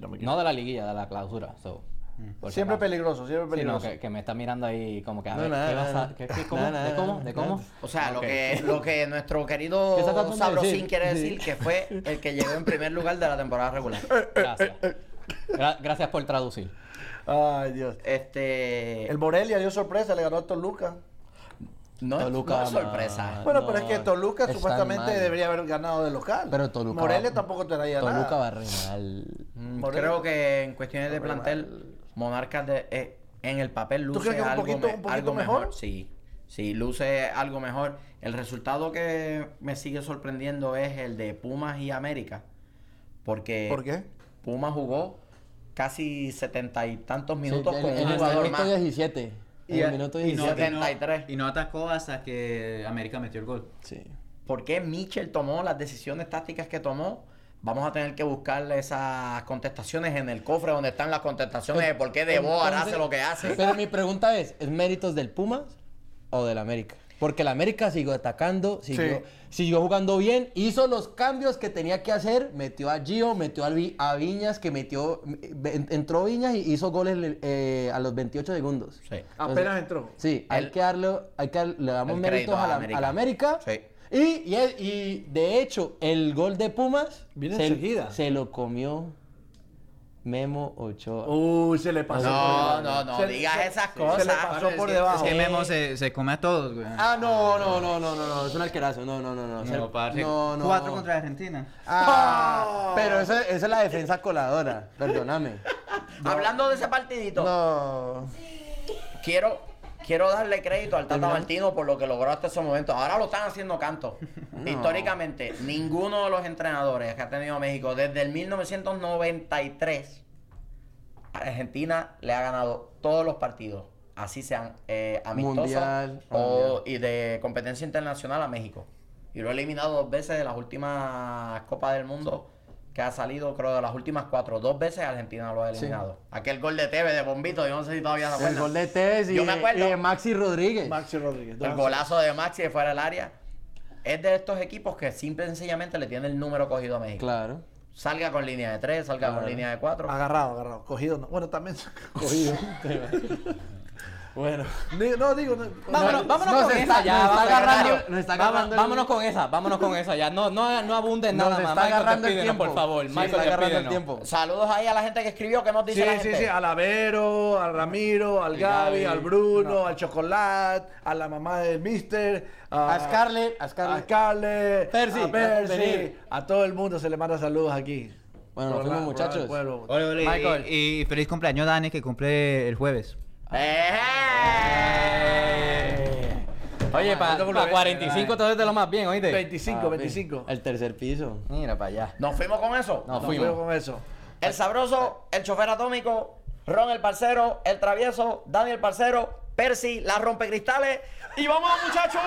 no No de la liguilla, de la clausura. so, Mm. por si Siempre acaso. peligroso, siempre Sí, no, peligroso. que, que me está mirando ahí como que a No, ver, nada, ¿qué vas nada. a...? ¿Qué, qué, cómo? Nada, ¿De cómo? nada, ¿De cómo? nada. O sea, Ok. lo, que, lo que nuestro ¿Qué está querido tratando de Sabrosín decir? quiere Sí. decir que fue el que llegó en primer lugar de la temporada regular. Gracias. Gra- gracias por traducir. Ay, Dios. Este. El Morelia dio sorpresa, le ganó a Toluca. no, es- Toluca, no es sorpresa. Bueno, pero es no, que Toluca están supuestamente mal. debería haber ganado de local. Pero Toluca. Morelia tampoco traía Toluca nada. va re mal. Mm, Morelia- Creo que en cuestiones de plantel, Monarcas de- eh, en el papel luce crees que un algo, poquito- me- un poquito algo mejor? Sí, sí, luce algo mejor. El resultado que me sigue sorprendiendo es el de Pumas y América. Porque ¿Por qué? Pumas jugó casi setenta y tantos Sí, minutos en- con en un el jugador minuto más. 17. En Y- el minuto Y no- y no- 17. 73. Y no atacó hasta que América metió el gol. Sí. ¿Por qué Mitchell tomó las decisiones tácticas que tomó? Vamos a tener que buscarle esas contestaciones en el cofre donde están las contestaciones de por qué Deboar Entonces- hace lo que hace. Pero mi pregunta es, ¿es méritos del Pumas o del América? Porque el América siguió atacando, siguió, Sí. siguió jugando bien, hizo los cambios que tenía que hacer, metió a Gio, metió a, Vi- a Viñas, que metió, en- entró Viñas y hizo goles eh, a los 28 segundos. Sí. Apenas entró. Sí, hay El- que darle, hay que darle- le damos el méritos crédito a a la, América. a la América. Sí. Y, y, el- y de hecho, el gol de Pumas Viene se, enseguida. se lo comió Memo Ochoa. Uy, se le pasó. No, por debajo. no, no, Se- digas se- esas Se le cosas. pasó por que- debajo. Es que Memo se, se come a todos, güey. Ah, no, no, no, no, no, no, es un alquerazo, no, no, no, no. No, parce. no, no. Cuatro contra Argentina. Ah, pero esa, esa es la defensa coladora, perdóname. Hablando de ese partidito, No. quiero, quiero darle crédito al Tata Martino por lo que logró hasta ese momento. Ahora lo están haciendo canto. Históricamente, ninguno de los entrenadores que ha tenido México desde el 1993, Argentina le ha ganado todos los partidos. Así sean eh, amistosos Mundial, o y de competencia internacional a México. Y lo ha eliminado dos veces de las últimas Copas del Mundo que ha salido, creo, de las últimas cuatro. Dos veces Argentina lo ha eliminado. Aquel gol de Tevez de Bombito, yo no sé si todavía no El gol de Tevez y, Ah, Yo me y acuerdo. de Maxi Rodríguez. Maxi Rodríguez. El golazo de Maxi de fuera del área. Es de estos equipos que simple y sencillamente le tiene el número cogido a México. Claro. Salga con línea de tres, salga con línea de cuatro. Agarrado, agarrado. Cogido no. Bueno, también cogido. Bueno. Ni- no, digo... no- Vámonos, no, vámonos nos con está- esa ya. nos está vámonos. agarrando- nos está Vámonos- agarrando el- vámonos con esa, vámonos con esa ya. No, no, no abunden Nos nada más. está Michael, agarrando el despídenos, tiempo. por favor. Sí, Michael, está agarrando el despídenos. tiempo. Saludos ahí a la gente que escribió. ¿Qué nos dice Sí, la sí, gente? sí, al Avero, al Ramiro, al Gaby, al Bruno, al Chocolate, a la mamá del Mister, a, A Scarlett, a Scarlett. a Scarlett, Percy, a Percy, a venir. a todo el mundo se le manda saludos aquí. Bueno, nos Por la- fuimos, por la- muchachos. por el- Ole, ole, y- Michael. Y, feliz cumpleaños Dani que cumple el jueves. Ah, ¡Eh! Oye, para Yo creo que lo 45 entonces de lo más bien, oíste. 25, Ah, 25. El tercer piso. Mira para allá. ¿Nos fuimos con eso? Nos Nos fuimos. fuimos con eso. El sabroso, el chofer atómico, Ron el parcero, el travieso, Daniel parcero, Percy, la rompecristales. ¡Y vamos, muchachos!